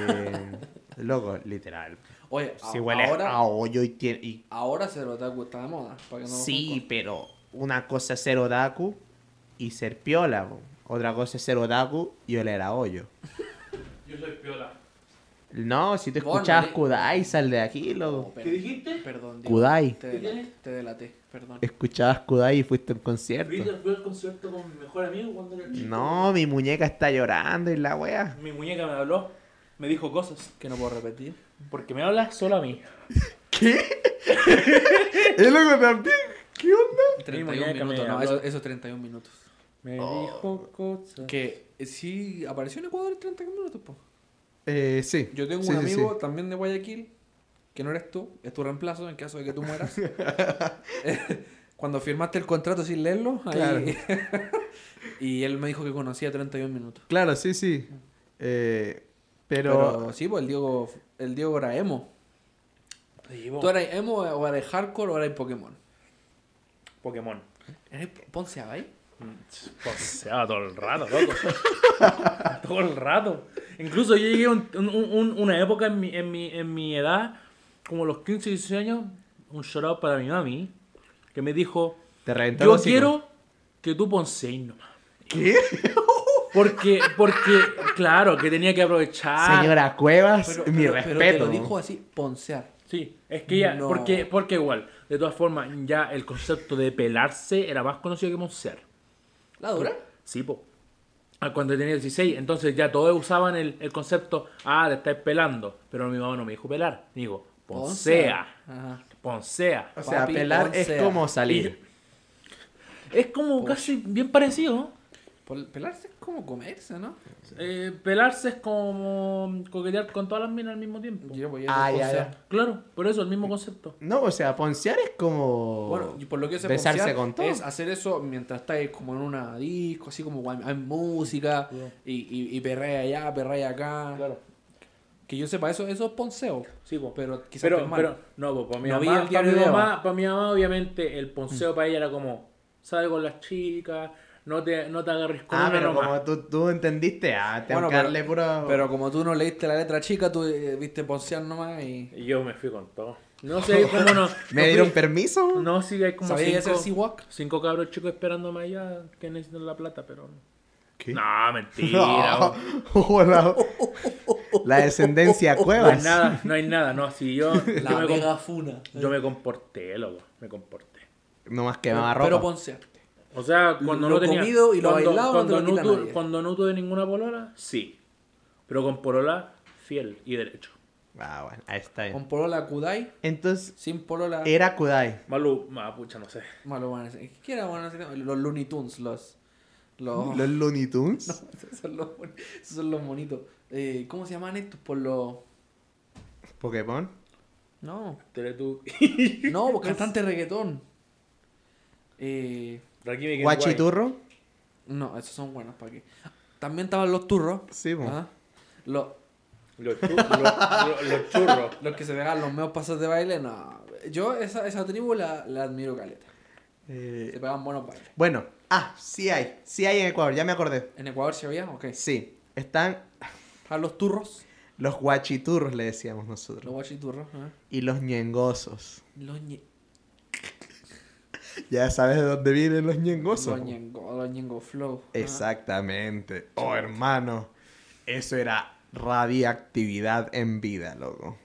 loco, literal.
Oye, a-
Si huele
ahora,
a hoyo y tiene... y-
ahora se lo está de moda. Para que no
sí, pero una cosa es ser otaku y ser piola, po. otra cosa es ser otaku y oler a hoyo.
Yo soy piola.
No, si te
Vos no
escuchabas
le-
Kudai, sal de aquí, loco.
No,
¿Qué dijiste?
Perdón, Diego.
Kudai.
Te delaté, te delaté, perdón.
Escuchabas Kudai y fuiste a un concierto.
Fui al concierto con mi mejor amigo cuando era chico.
No, mi muñeca está llorando y la wea.
Mi muñeca me habló, me dijo cosas.
Que no puedo repetir.
Porque me habla solo a mí.
¿Es lo que también? ¿Qué onda?
31
muñeca me
minutos, no,
habló. Ah.
eso, esos 31 minutos.
Me dijo cosas.
Que eh, sí apareció en Ecuador en 31 minutos, po.
Eh, sí.
Yo tengo
Sí,
un
sí,
amigo
sí.
también de Guayaquil, que no eres tú, es tu reemplazo en caso de que tú mueras. Cuando firmaste el contrato sin leerlo, ahí... y él me dijo que conocía 31 minutos.
Claro, sí, sí. Eh,
Pero,
pero...
sí, pues el Diego, el Diego era emo. ¿Tú
Tú eres
eras emo o eras hardcore o eras Pokémon?
Pokémon.
¿Eres Ponce Abay?
Mm, Poseaba pues, todo el rato, loco. todo el rato. Incluso yo llegué a un- un- un- una época en mi, en, mi, en mi edad, como los 15, 16 años, un shoutout para mi mami, que me dijo,
Te reventó el
yo
hocico.
quiero que tú ponseis nomás.
¿Qué?
Porque, porque, claro, que tenía que aprovechar.
Señora Cuevas, mi respeto.
ah, Pero te lo dijo así, poncear.
Sí, es que ya,
No.
porque, porque igual, de todas formas, ya el concepto de pelarse era más conocido que monsear.
¿La dura?
Sí, po. Ah, Cuando tenía 16, entonces ya todos usaban el, el concepto, ah, te estáis pelando. Pero mi mamá no me dijo pelar, me dijo, poncea,
Ajá.
poncea.
O sea,
Papi,
pelar es
poncea.
como salir.
Es como casi bien parecido.
Pol- Pelarse es como comerse, ¿no?
Eh, pelarse es como coquetear con todas las minas al mismo tiempo.
Yo, pues, yo
Ah,
digo
ya,
poncear.
ya.
Claro, por eso el mismo concepto.
No, o sea, poncear es como...
Bueno, y por lo que yo sé
Besarse
poncear
con todo.
es hacer eso mientras estáis como en una disco, así como cuando hay música y, y, y perrea allá, perrea acá. Que yo sepa, eso, eso es ponceo.
Sí, po.
Pero quizás
pero,
estoy mal.
pero, no, pues para mi,
No vi
mamá,
el
para, mi
diario de Eva. Mm.
mamá, para mi mamá, obviamente, el ponceo para ella era como, sal con las chicas, no te, no te agarres con
Ah,
una
pero
nomás.
como tú, tú entendiste, ah, tengo
Bueno,
que
pero-
darle puro...
Pero como tú no leíste la letra chica, tú eh, viste poncear nomás y...
Y yo me fui con todo. No sé cómo no.
¿Me
no
dieron
fui-
permiso?
No, sí, hay como
¿Sabías hacer
cinco,
Seawalk?
cinco cabros chicos esperándome allá que necesitan la plata, pero.
¿Qué?
No, mentira.
No.
bo.
Hola. La descendencia
No hay
Cuevas.
Pues nada, no hay nada. No, si yo. yo,
La
me, com-
mega funa.
yo me comporté, loco. Me comporté.
No más quemaba
Pero,
ropa.
pero poncearte.
O sea, cuando
Lo
no tenía.
comido y lo
cuando,
bailado no te
cuando,
lo
no
quita
tu-
nadie.
cuando no tuve ninguna polola, sí. Pero con polola, fiel y derecho.
Ah, bueno, ahí está bien.
Con polola Kudai,
Entonces,
sin polola...
era Kudai.
Malu, ma, pucha, no sé.
Malo, bueno, ¿Qué era bueno? Los Looney Tunes, los... Los...
Los Looney Tunes.
Esos son los, mon- esos son los monitos. Eh, ¿Cómo se llaman estos? Por los.
Pokémon.
No.
Teletu.
No, por cantante de reggaetón. Eh,
Rakimi Kenway.
Guachiturro.
no, esos son buenos para qué. También estaban los turros.
Sí, po.
¿ah? Los,
Los chu- los- los- los churros.
los que se pegaban los meos pasos de baile, no. Yo esa, esa tribu la, la admiro caleta. Se
Eh,
pegaban buenos bailes.
bueno, ah, sí hay. Sí hay en Ecuador, ya me acordé.
¿En Ecuador se había? Ok.
Sí, están
Estaban los turros,
los guachiturros, le decíamos
los
nosotros.
guachiturros. ¿ah?
Y los ñengosos.
Los, ñe-
Ya sabes de dónde vienen los ñengosos.
los ñengo, los ñengo flow. ¿ah?
Exactamente. Oh, hermano. Eso era radiactividad en vida, loco.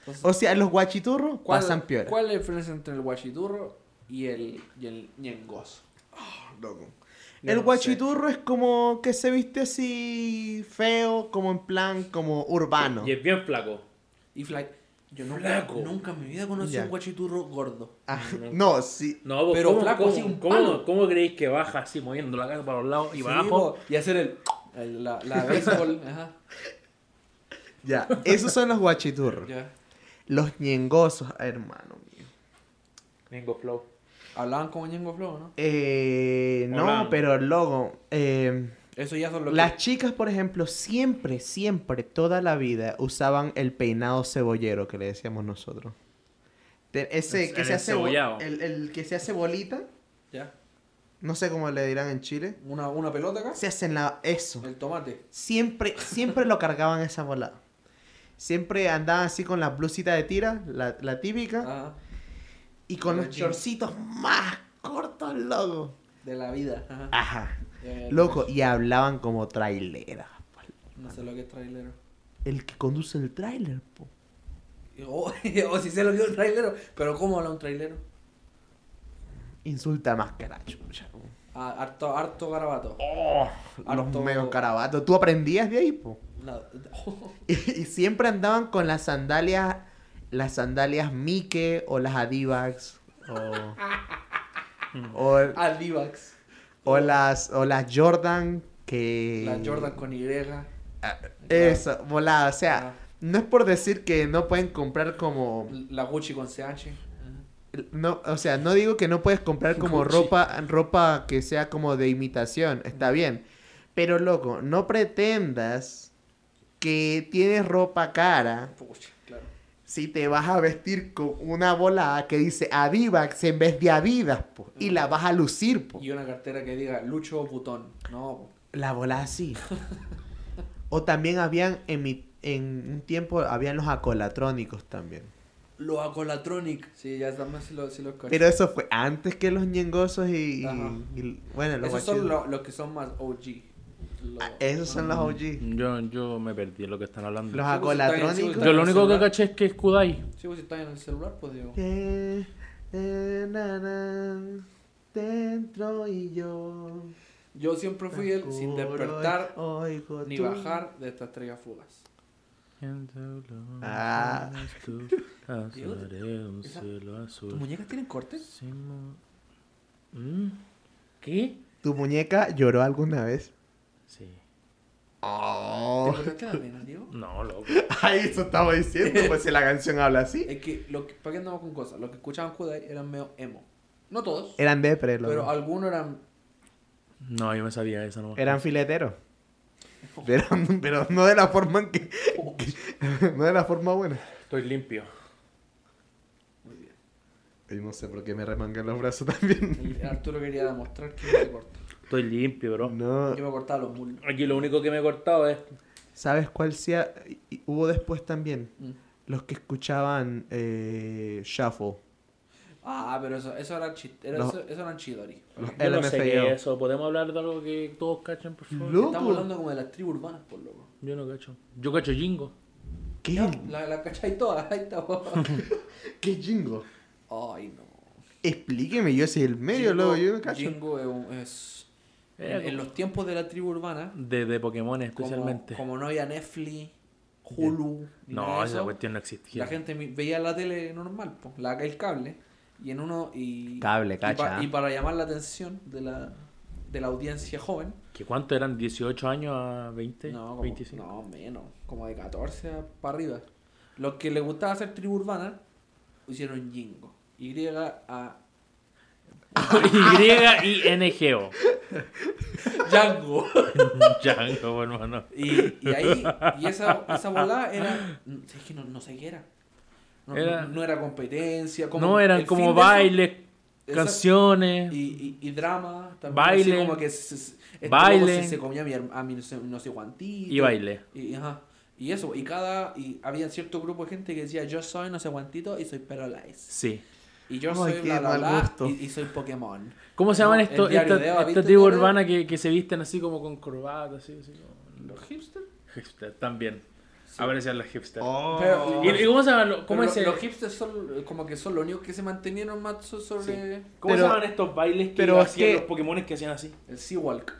Entonces,
O sea, los guachiturros
¿cuál-
pasan peor.
¿Cuál es la diferencia entre el guachiturro y el, y el ñengoso? no
El
sé.
guachiturro es como que se viste así feo, como en plan, como urbano.
Y es bien flaco.
Y fly. Yo nunca,
Flaco.
nunca en mi vida conocí
Ya.
un guachiturro gordo.
Ah,
No.
no, sí.
No, vos,
Pero
¿cómo,
flaco,
cómo-
así un
cómo-
palo.
cómo creéis que baja así moviendo la casa para los lados y
Sí,
para abajo?
po, Y hacer el. el- la, la béisbol. Ajá.
Ya. Esos son los guachiturros.
Ya.
Los ñengosos, hermano mío.
Ningo Flow.
Hablaban como Ñengo Flow, ¿no?
Eh, no,
Hola.
pero luego, eh,
Eso ya son los.
las chicas, por ejemplo, siempre, siempre, toda la vida usaban el peinado cebollero que le decíamos nosotros. Te- ese
Es-
que
el
se hace bo-
encebollado.
el, el que se hace bolita,
Ya.
no sé cómo le dirán en Chile,
Una, una pelota acá.
se hacen la eso.
El tomate.
Siempre, siempre lo cargaban esa bola. Siempre andaban así con la blusita de tira, la, la
Ah,
típica,
Ajá.
y con
Los
los
jeans.
chorcitos más cortos, loco.
De la vida. Ajá.
Ajá.
Ya, ya,
Ah, Loco,
ya.
y hablaban como traileras. pues.
No sé lo que es trailero.
El que conduce el trailer, po.
O si oh, sé lo que es un trailero. Pero ¿cómo habla un trailero?
Insulta más caracho. ya.
Ah, harto, harto garabato.
Oh, los
Harto-
medios carabatos. Tú aprendías de ahí, po.
Nada.
Y, y siempre andaban con las sandalias, las sandalias Mike o las Adivax. O, o,
Ah, Aldivax.
o las, o las Jordan que...
La Jordan con Y.
Eso, volada. Eh, ah, O sea,
Ah.
no es por decir que no pueden comprar como...
La Gucci con CH. Ajá.
No, o sea, no digo que no puedes comprar como
Gucci.
ropa, ropa que sea como de imitación, está bien. Pero loco, no pretendas que tienes ropa cara
Pucha, claro.
si te vas a vestir con una bola que dice Adivax en vez de Adidas, po, y la vas a lucir, po.
Y una cartera que diga Lucho Butón. No,
La bola así. o también habían en mi en un tiempo habían los acolatrónicos también.
lo acolatronic. Sí, ya también si lo, si lo cacho.
Pero eso fue antes que los ñengosos y, y-
Ajá.
y- bueno, los
Esos son
guachitos.
lo- los que son más OG. Los-
Ah, Esos son los OG.
Yo, yo me perdí en lo que están hablando.
Los
Sí, pues, está bien, sí,
acolatrónicos.
pues,
yo lo único que
celular.
caché es que es Kudai.
Sí, pues si están en el celular, pues digo.
Eh, eh, na, na, dentro y yo.
Yo siempre fui el sin despertar
oigo
ni
tú.
bajar de esta estrella fugaz.
Ah.
Azaré un
Esa-
cielo
¿Tus
azul.
muñecas tienen cortes?
sin mo- ¿Mm? ¿Qué?
¿Tu muñeca lloró alguna vez?
Sí.
¿Te
Oh.
cortaste la vena, Diego?
No, loco.
Ay, eso estaba diciendo, pues si la canción habla así.
Es que, lo que ¿para qué andamos con cosas? Los que escuchaban Kudai eran medio emo. No todos,
Eran depres, loco.
pero algunos eran.
No, yo me sabía esa nomás.
Eran fileteros. Pero, pero no de la forma en que, que- No de la forma buena.
Estoy limpio.
Muy bien.
Y no sé por qué me remangan los brazos también.
El- el Arturo quería demostrar que no se corta.
Estoy limpio, bro.
No.
Yo me cortaba los muslos.
Aquí lo único que me he cortado es.
¿Sabes cuál sea? y- y Hubo después también.
Mm.
Los que escuchaban eh, Shuffle.
Ah, pero eso, eso era chit, era,
No.
eso, eso eran chidori.
Los
Yo no sé
LMFAO.
qué es eso. ¿Podemos hablar de algo que todos cachen, por favor?
Loco.
Estamos hablando como de las tribus urbanas, por loco.
Yo no cacho. Yo cacho Jingo.
¿Qué,
Ya, La, la cachai toda, ahí está.
¿Qué jingo?
Ay, no.
Explíqueme, yo soy el medio,
Jingo-
luego yo me cacho.
Jingo es. un- es- en,
Era
en
Eh, como-
los tiempos de la tribu urbana,
De, de Pokémon
como-
especialmente.
Como, no había Netflix, Hulu, ni nada
No,
de
esa
eso,
cuestión no existía.
La gente mi- veía la tele normal, po, la, el cable, y en uno y
Cable,
y pa-
cacha.
Y, para llamar la atención de la, de la audiencia joven,
¿Que ¿Cuánto eran? ¿18 años a 20?
no, como,
25.
no, menos, como de 14 a- para arriba. Los que les gustaba hacer tribu urbana hicieron Jingo. Y a
Y-I-N-G-O.
Django.
Django, hermano.
Y, y ahí, y esa, esa volada era. mm, Es que no, no sé qué era. No no- no
Era-
era, competencia. Como
No, eran
el
como
fin de eso-
bailes,
Exacto.
canciones.
Y, y, y drama también.
Baile.
así como que se- se- este
Baile.
loco se, se comía a mi, herma- a mi no sé, no sé cuantito.
Y baile.
Y, ajá. Y eso, y cada. Y había cierto grupo de gente que decía: Yo soy no sé cuantito y soy Perolice.
Sí.
Y yo
Ay,
soy
qué
bla bla
mal
bla
gusto.
y, y soy Pokémon.
¿Cómo se llaman
No,
estos?
el diario
Esta,
de Eva,
esta
¿viste,
tribu
diario?
urbana que, que se visten así como con corbata, así, así como-
¿Los hipsters?
Hipster, también. Aparecían los hipsters.
Oh.
Pero-
¿Y, y cómo se llaman? lo- ¿Cómo
Pero
es
lo-
el-
Los hipsters son eh, como que son los únicos que se mantenieron más so- sobre
¿Cómo
Pero-
se llaman estos bailes que
pero es
hacían
que-
los Pokémones que hacían así?
el Seawalk.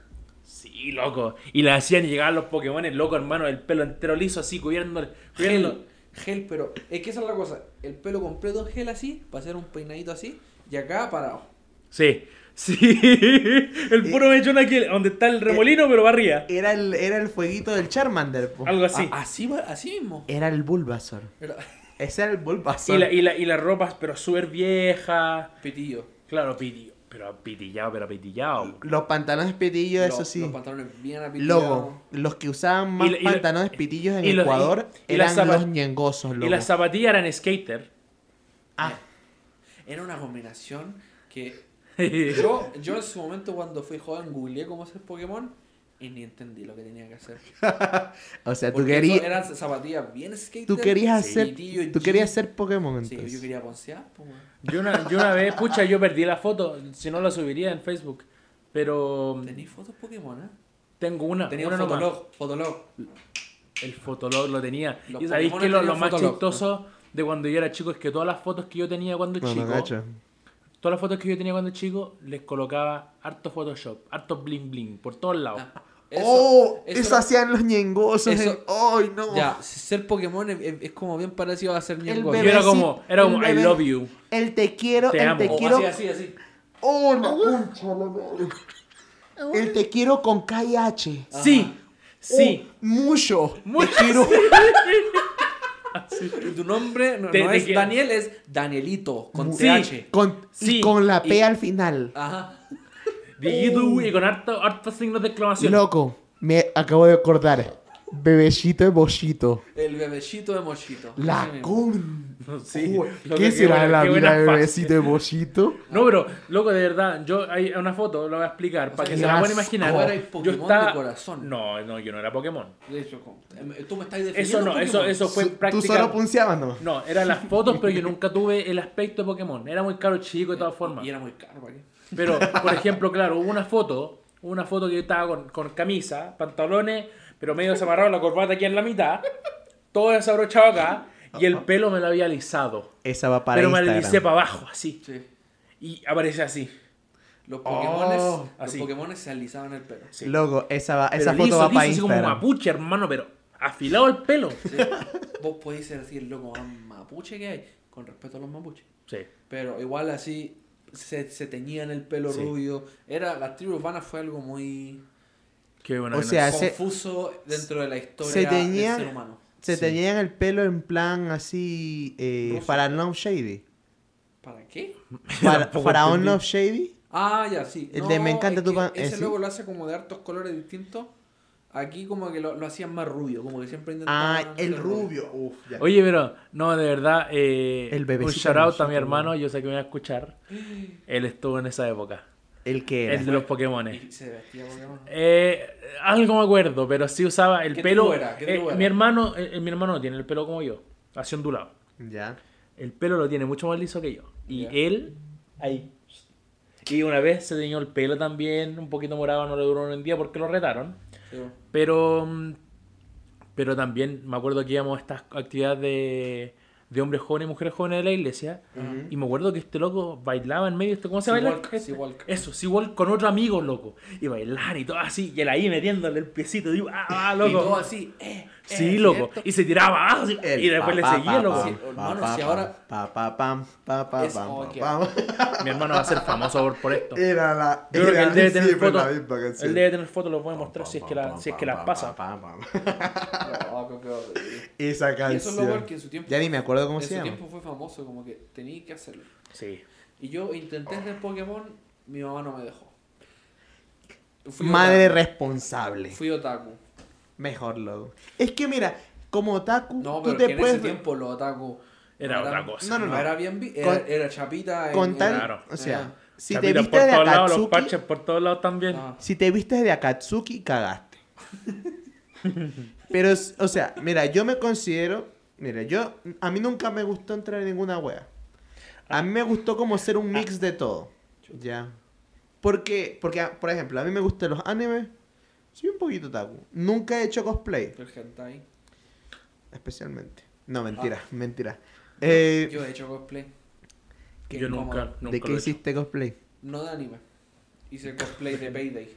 Sí, loco. Y le hacían llegar a los Pokémones, loco, hermano, el pelo entero liso así, cubriendo, cubriendo,
Gel. gel, pero es que esa es la cosa. El pelo completo en gel así, para hacer un peinadito así, y acá parado.
Sí, sí. El puro mechón aquí, donde está
Eh,
el remolino, pero va arriba.
Era el, era el fueguito del Charmander, po. Ah,
Algo así.
A- así, va- así mismo.
Era el Bulbasaur.
Pero-
Ese era el
y,
Bulbasaur.
la, y, la, y la ropa, pero súper vieja.
Pitillo.
Claro, piti, pero apitillado, pero apitillado.
Los pantalones pitillos, eso
Los-
sí.
Los pantalones bien apitillados.
Logo, los que usaban más
Y la- y la-
pantalones pitillos en
y los-
Ecuador
y- y las
eran
zapa-
los ñengosos,
Y
loco.
las zapatillas eran skater.
Ah,
Era una combinación que Yo, yo en su momento cuando fui joven googleé cómo hacer Pokémon y ni entendí lo que tenía que hacer.
o sea, tú
Porque eso
querías,
eran zapatillas bien skater.
tú querías
Sí,
hacer,
tío,
tú
yo-
querías hacer Pokémon
Sí,
entonces.
yo quería poncear, po, weón.
Yo una, yo una vez, pucha, yo perdí la foto, si no la subiría en Facebook. Pero
¿Tenéis fotos Pokémon, eh?
tengo una.
Tenía un
una nomás.
fotolog, fotolog.
El fotolog lo tenía.
Los
y sabéis
Pokémon
que lo,
tenían
lo más
fotolog.
chistoso de cuando yo era chico es que todas las fotos que yo tenía cuando
No,
chico,
no, cacho.
todas las fotos que yo tenía cuando chico, les colocaba harto Photoshop, harto bling bling, por todos lados.
Ah,
oh, eso,
eso era-
hacían los ñengosos.
eso-
en- ¡Ay, no!
Ya, ser Pokémon es, es- es como bien parecido a ser Ñengo.
bebé- era como- era como,
el
"I love you".
El te quiero,
Te
el
amo.
te
O
quiero.
así, así, así.
¡Oh, la concha, la madre! El te quiero con KH.
Sí, sí.
Uh.
Oh, mucho. Te quiero.
Y tu nombre no,
Te-
no
te
es
quiero.
Daniel, es Danielito, con
Sí.
TH.
Con, y
Sí,
con la
y-
P al final.
Ajá.
Digito y con harto, harto signos de exclamación.
Loco, me acabo de acordar. Bebecito de bollito.
El bebecito de mochito.
La
Así mismo.
con.
Sí,
Uy,
loco,
¿Qué
qué
será
buena-
la
qué
vida
buena
de
fase.
bebecito de bollito?
No, pero, loco, de verdad, yo hay una foto, la voy a explicar,
sea,
para que
qué
se la puedan
asco.
imaginar.
Tú eras
yo
Pokémon de
estaba...
corazón.
No, no, yo no era Pokémon.
De hecho, como- eh, tú me estás defendiendo.
Eso no, eso, eso fue
Su-
práctica.
Tú solo punceabas nomás.
No, eran las fotos, pero yo nunca tuve el aspecto de Pokémon. Era muy caro chico de todas formas.
Y era muy caro, ¿para qué?
Pero, por ejemplo, claro, hubo una foto, hubo una foto que yo estaba con, con camisa, pantalones, pero medio desamarrado, la corbata aquí en la mitad, todo desabrochado acá, y el pelo me lo había alisado.
Esa va para
Pero me lo
Instagram.
alisé para abajo, así.
Sí.
Y aparece así.
Los Pokémones,
Oh,
los
así.
Pokémones se alisaban el pelo.
Sí.
Loco, esa, va,
Pero
esa foto
liso,
va
liso,
para
así como
Instagram.
mapuche, hermano, pero afilado el pelo.
Sí. Vos podéis ser así el loco más mapuche que hay, con respeto a los mapuches.
Sí.
Pero igual así se, se teñían el pelo
Sí.
rubio. Era, la tribu urbana fue algo muy
Qué bueno.
O
que no-
sea, se-
confuso dentro de la historia
se teñían-
del ser humano.
Se
Sí.
tenían el pelo en plan así. Eh,
Rosa.
para Love Shady.
¿Para qué?
Para,
Tampoco
Faraón
entendí.
Love Shady.
Ah, ya, sí.
El de me encanta
es
tu
que
pan- eh,
Ese
sí.
logo lo hace como de hartos colores distintos. Aquí como que lo, lo hacían más rubio, como que siempre intentaban...
Ah, el
hacer
rubio. Uf, ya.
Oye, pero, no, de verdad, eh,
El
un
bebecito
shout out a
hermosito,
mi hermano, yo sé que me va a escuchar. Él estuvo en esa época,
El que era.
el de los Pokémones.
Y se vestía Pokémon.
Eh, algo me acuerdo, pero sí usaba el
¿Qué
pelo.
tribu era? ¿Qué
eh,
tribu era?
mi hermano, eh, mi hermano no tiene el pelo como yo, así ondulado.
Ya.
El pelo lo tiene mucho más liso que yo. Y
Ya.
él, ahí. Y una vez se teñió el pelo también, un poquito morado, no le duró ni un día porque lo retaron.
Sí, bueno.
Pero, mm, pero también me acuerdo que íbamos a estas actividades de, de hombres jóvenes y mujeres jóvenes de la iglesia. Y me acuerdo que este loco bailaba en medio de este. ¿Cómo se
Sea
baila?
walk,
Este-
sea walk.
Eso, sea walk con otro amigo, loco. Y bailar y todo así. Y él ahí metiéndole el piecito. Digo, ah, ah, loco.
Y todo así, eh, eh,
sí, loco.
¿cierto?
Y se tiraba abajo. así,
El
y después
pa,
le
pa,
seguía,
pa,
loco.
pa,
Sí,
pa,
hermano,
pa,
si
pa,
ahora-
pa, pa, pam, pa, pa,
Es-
pam,
oh,
pa,
qué-
pam.
Mi hermano va a ser famoso por, por esto. Yo
Era la.
creo que
era
él debe tener
siempre
fotos.
la misma canción.
Él debe tener fotos, los voy a mostrar si es que, la, si es que las pasa.
Loco, qué horrible.
Esa
Y eso es lo peor
canción.
que en su tiempo.
Ya ni me acuerdo cómo
en
se
su
llama.
tiempo fue famoso, como que tenía que hacerlo.
Sí.
Y yo intenté hacer Pokémon, mi mamá no me dejó. Fui
Madre
otaku,
responsable.
Fui otaku.
Mejor logo. Es que mira, como otaku,
No,
tú
pero
te
que en
puedes.
ese tiempo los otaku.
Era
no
otra
eran-
cosa.
No, no,
No,
no.
era bien. vi- Era,
Con-
era chapita. en-
Con
en-
tal.
Claro.
O sea,
Ajá.
si te
Chapitas
viste
por
de
todos lados, los
Akatsuki.
parches por todos lados también.
Ah.
Si te viste de Akatsuki, cagaste. Pero, es- o sea, mira, yo me considero. Mira, yo. A mí nunca me gustó entrar en ninguna wea. A mí me gustó como ser un mix de todo. Ya. Porque, porque, ah, por ejemplo, a mí me gustan los animes. Soy un poquito taku. Nunca he hecho cosplay,
el hentai.
especialmente. No, mentira, mentira. Eh,
Yo he hecho cosplay. Qué
Yo
incómodo.
nunca, nunca
¿De qué
lo he hecho.
hiciste cosplay?
No de anime. Hice cosplay de Payday.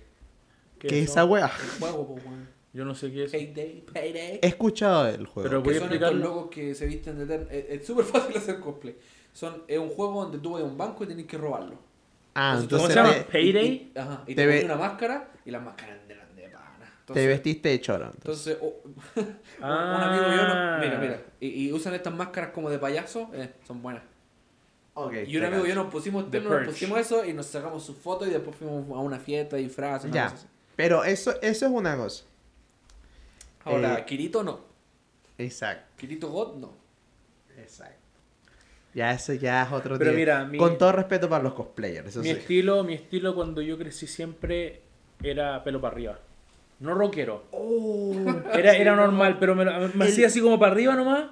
¿Qué es
eso?
esa wea?
El juego, pues, weón.
Yo no sé qué es.
Payday, payday.
He escuchado del juego.
Pero-
Que
voy a
son
explicarlo.
estos locos que se visten de terno. Es es súper fácil hacer cosplay. Son, es un juego donde tú vas a un banco y tenés que robarlo.
ah,
¿Cómo
¿Cómo
entonces
se llama?
te,
¿Payday?
Y, ajá, y
Te
te,
ve-
pones una máscara y las máscaras eran de pana. Entonces,
te vestiste de choro. entonces.
Entonces, oh, un
Ah.
amigo y yo no- Mira, mira. Y, y usan estas máscaras como de payaso. eh, son buenas.
Ok,
Y un
te
amigo y yo
cacho.
nos pusimos
The
terno, nos
Purge.
pusimos eso y nos sacamos sus fotos y después fuimos a una fiesta y frases.
Ya. Pero eso, eso es una cosa.
Ahora,
Eh,
Kirito no.
Exacto.
Kirito God no.
Exacto. Ya eso ya es otro
Pero
día.
mira, mi-
Con todo respeto para los cosplayers, eso
Mi
sí.
estilo, mi estilo cuando yo crecí siempre era pelo para arriba. No rockero.
Ah,
Era, era normal, pero me, lo- me hacía así como para arriba nomás.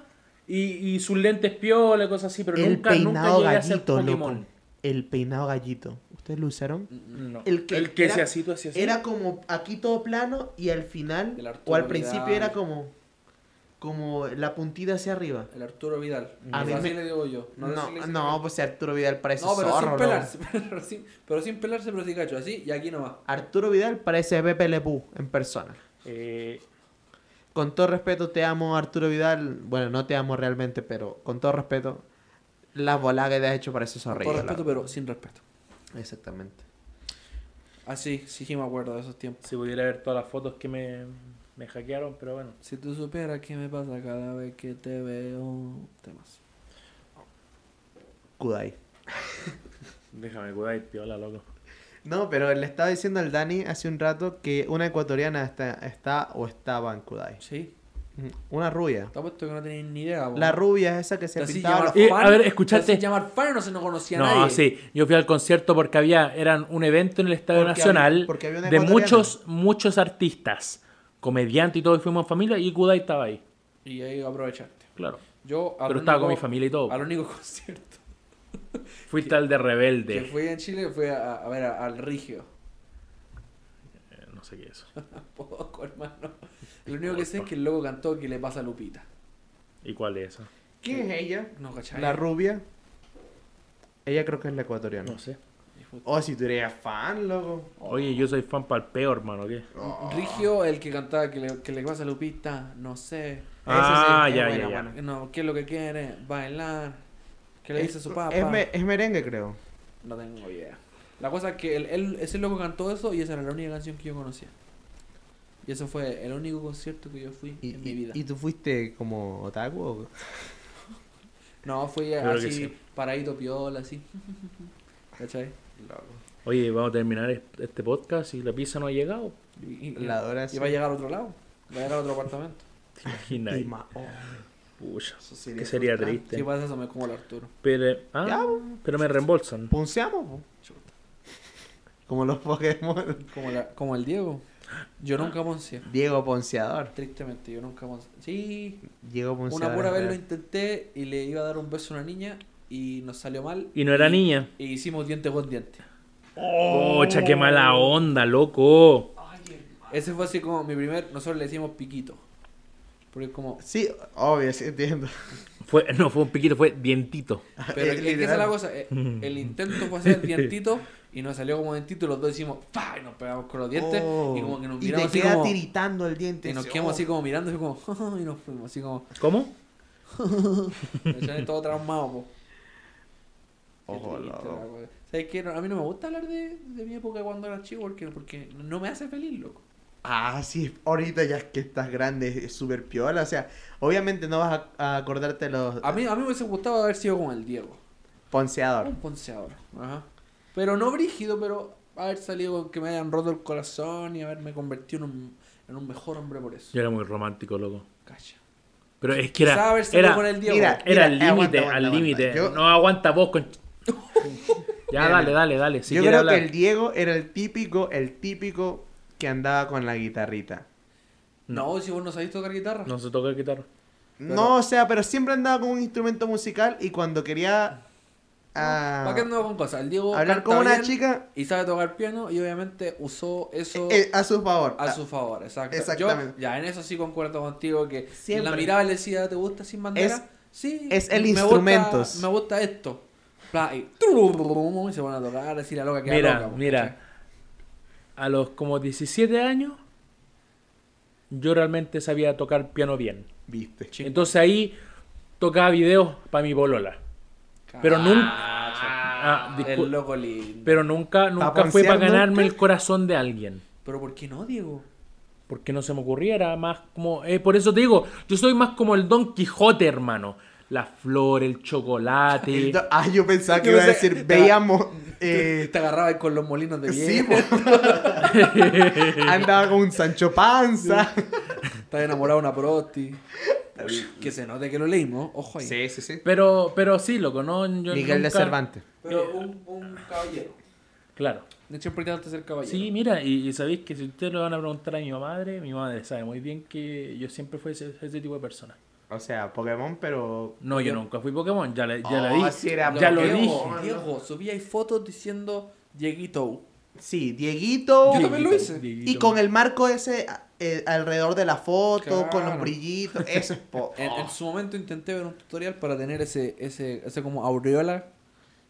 Y, y sus lentes piola, cosas así, pero
el
nunca, nunca
peinado
llegué a ser
gallito,
Pokémon.
loco. El peinado gallito. ¿Ustedes lo usaron?
No.
El que era-
se así, tú hacías así.
Era como aquí todo plano y al
El
final,
Arturo
o al principio
Vidal.
era como, como la puntita hacia arriba.
El Arturo Vidal.
A
Eso
mí
así
me-
le digo yo.
No,
sé si le
no,
dicen también.
pues si Arturo Vidal parece
No, pero
zorro,
sin
loco.
pelarse. Pero sin, pero sin pelarse, pero sí cacho. Así y aquí nomás.
Arturo Vidal parece Pepe Lepú en persona.
Eh,
Con todo respeto, te amo Arturo Vidal. Bueno, no te amo realmente, pero con todo respeto, la volada que te has hecho parece
Con
zorrilla.
todo respeto,
loco.
pero sin respeto.
Exactamente.
Así, sí que me acuerdo de esos tiempos.
si pudiera ver todas las fotos que me, me hackearon, pero bueno.
Si tú supieras qué me pasa cada vez que te veo. Temas.
Kudai.
Déjame cuidar y piola, loco.
No, pero le estaba diciendo al Dani hace un rato que una ecuatoriana está, está o estaba en Kudai.
Sí.
Mm, Una rubia.
Te apuesto que no tenéis ni idea. vos.
La rubia es esa que se
Te hacís
pintaba
llamar
los-
Eh,
fan,
a ver, escuchaste.
te hacís llamar fan, no se no conocía a
No,
nadie.
sí, yo fui al concierto porque había, eran un evento en el Estadio
Porque había-
Nacional
porque había una
de
ecuatoriana.
muchos, muchos artistas, comediantes y todo, y fuimos en familia y Kudai estaba ahí,
Y ahí aprovechaste.
claro.
Yo al
Pero estaba con mi
único-
familia y todo.
Al único concierto
Fuiste al de Rebelde.
que fui en Chile fue a, a ver a- al Rigio.
Eh, No sé qué es. eso.
Poco, hermano. Lo único que sé es que el loco cantó que le pasa a Lupita.
¿Y cuál es eso?
¿Quién es ella?
No, ¿cachai?
La rubia. Ella creo que es la ecuatoriana.
No sé.
Oh, si tú eres fan, loco.
Oye, yo soy fan pal peor, hermano, ¿qué?
Rigio, el que cantaba que le, que le pasa a Lupita, no sé.
Ah,
es
ya,
buena,
ya, ya.
buena.
No, ¿qué es lo que quiere? Bailar. ¿Qué le dice
Es-
su papá?
Es, me- es merengue, creo.
No tengo idea. La cosa es que él, él- ese loco cantó eso y esa era la única canción que yo conocía. Y eso fue el único concierto que yo fui
Y,
en
y-
mi vida.
¿Y tú fuiste como otaku? o-
No, fui
Creo que
así,
sí.
paradito piola, así. ¿Cachai?
Oye, vamos a terminar es- este podcast y la pizza no ha llegado.
Y, y-
La adora
y va a llegar a otro lado. Va a llegar a otro apartamento.
¿Te imaginas?
Y ma- oh,
Pucha,
Pues eso sería
que sería
frustrante.
triste.
Si pasa eso, me como el Arturo.
Pero, ah,
Ya, pues.
pero me reembolsan.
Punceamos, po.
Chuta.
como los Pokémon.
Como, la- como el Diego. Yo nunca poncé.
Diego Ponceador.
Tristemente, yo nunca poncé. Sí,
Diego Ponceador.
una pura
es
vez
real.
lo intenté y le iba a dar un beso a una niña y nos salió mal.
Y no era niña.
Y hicimos diente con diente.
Oh.
Pucha, qué mala onda, loco.
Ese fue así como mi primer. Nosotros le decíamos piquito. Porque es como.
Sí, obvio, sí entiendo.
Fue, no fue un piquito, fue dientito.
Pero es, que
Es
esa es
literal.
la cosa. eh, El intento fue hacer el dientito y nos salió como dientito y los dos hicimos ¡pa! Y nos pegamos con los dientes
Oh.
y como que nos
Y te
miramos así
queda
como.
tiritando el diente.
Y nos
ese,
quedamos
oh.
así como mirando así como. y nos fuimos así como.
¿Cómo?
¿cachai? todo traumado, po. Qué
Ojo,
triste
oh, loco.
la cosa. ¿Sabes qué? No, a mí no me gusta hablar de, de mi época cuando era chico porque, porque no me hace feliz, loco.
Ah, sí, ahorita ya que estás grande, es súper piola. O sea, obviamente no vas a, a acordarte de los
A mí, a mí me hubiese gustado haber sido como el Diego.
ponceador.
Un ponceador. Ajá. Pero no brígido, pero haber salido con que me hayan roto el corazón y haberme convertido en un, en un mejor hombre por eso.
Yo era muy romántico, loco.
Cacha.
Pero es que
Quizás
era.
haber salido
Era,
con el Diego.
mira,
era al
Mira, aguanta,
límite,
aguanta,
al
aguanta.
límite.
Yo-
No aguanta vos con. Ya,
Mira,
dale,
mira.
dale, dale. Si
Yo
quieres
creo
hablar.
que el Diego era el típico, el típico que andaba con la guitarrita.
No, si vos no sabés tocar guitarra.
No se toca el guitarra.
No, o sea, pero siempre andaba con un instrumento musical y cuando quería ah,
¿Para qué andamos con cosas? El Diego
hablar
canta
con una
bien
chica
y sabe tocar piano y obviamente usó eso
eh, a su favor.
a su favor. Exacto.
Exactamente.
Yo, ya, en eso sí concuerdo contigo que
Siempre.
la mirada le decía, ¿te gusta sin bandera?
Es-
sí.
es el
me gusta-
instrumentos.
me gusta esto. Pla, Y, y se van a tocar, así la loca que
pues,
Mira, mira. A los como 17 años, yo realmente sabía tocar piano bien.
Viste.
Entonces ahí tocaba videos para mi bolola. Pero nunca- Ah, discul-
El loco lindo.
Pero nunca, nunca
Pa'
fue para
poncear
ganarme
nunca.
el corazón de alguien.
Pero ¿por qué no, Diego?
Porque no se me ocurriera más como... eh, por eso te digo, yo soy más como el Don Quijote, hermano. La flor, el chocolate.
Ento- Ah, yo pensaba que
Yo
iba a
pensé-
decir, veíamos.
Te,
eh,
te agarraba ahí con los molinos de
sí,
viento.
po. Andaba con un Sancho Panza.
Estás enamorado de una prosti. que se note que lo leímos. Ojo ahí.
sí, sí.
pero, pero sí, loco, ¿no? Yo
Miguel de
nunca-
Cervantes.
Pero un, un caballero.
Claro.
Siempre trataste de ser caballero.
Sí, mira, y, y sabéis que si ustedes lo van a preguntar a mi madre, mi madre sabe muy bien que yo siempre fui ese, ese tipo de persona.
O sea, Pokémon, pero.
No, yo nunca fui Pokémon, ya, le- ya la
Oh,
dije.
sí era
ya lo
Diego,
dije.
Diego, subí ahí fotos diciendo Dieguito.
Sí, Dieguito.
Yo también lo hice.
Dieguito.
Y con el marco ese eh, alrededor de la foto, con los
Claro.
brillitos. Eso es po-
En, en su momento intenté ver un tutorial para tener ese, ese, ese como aureola.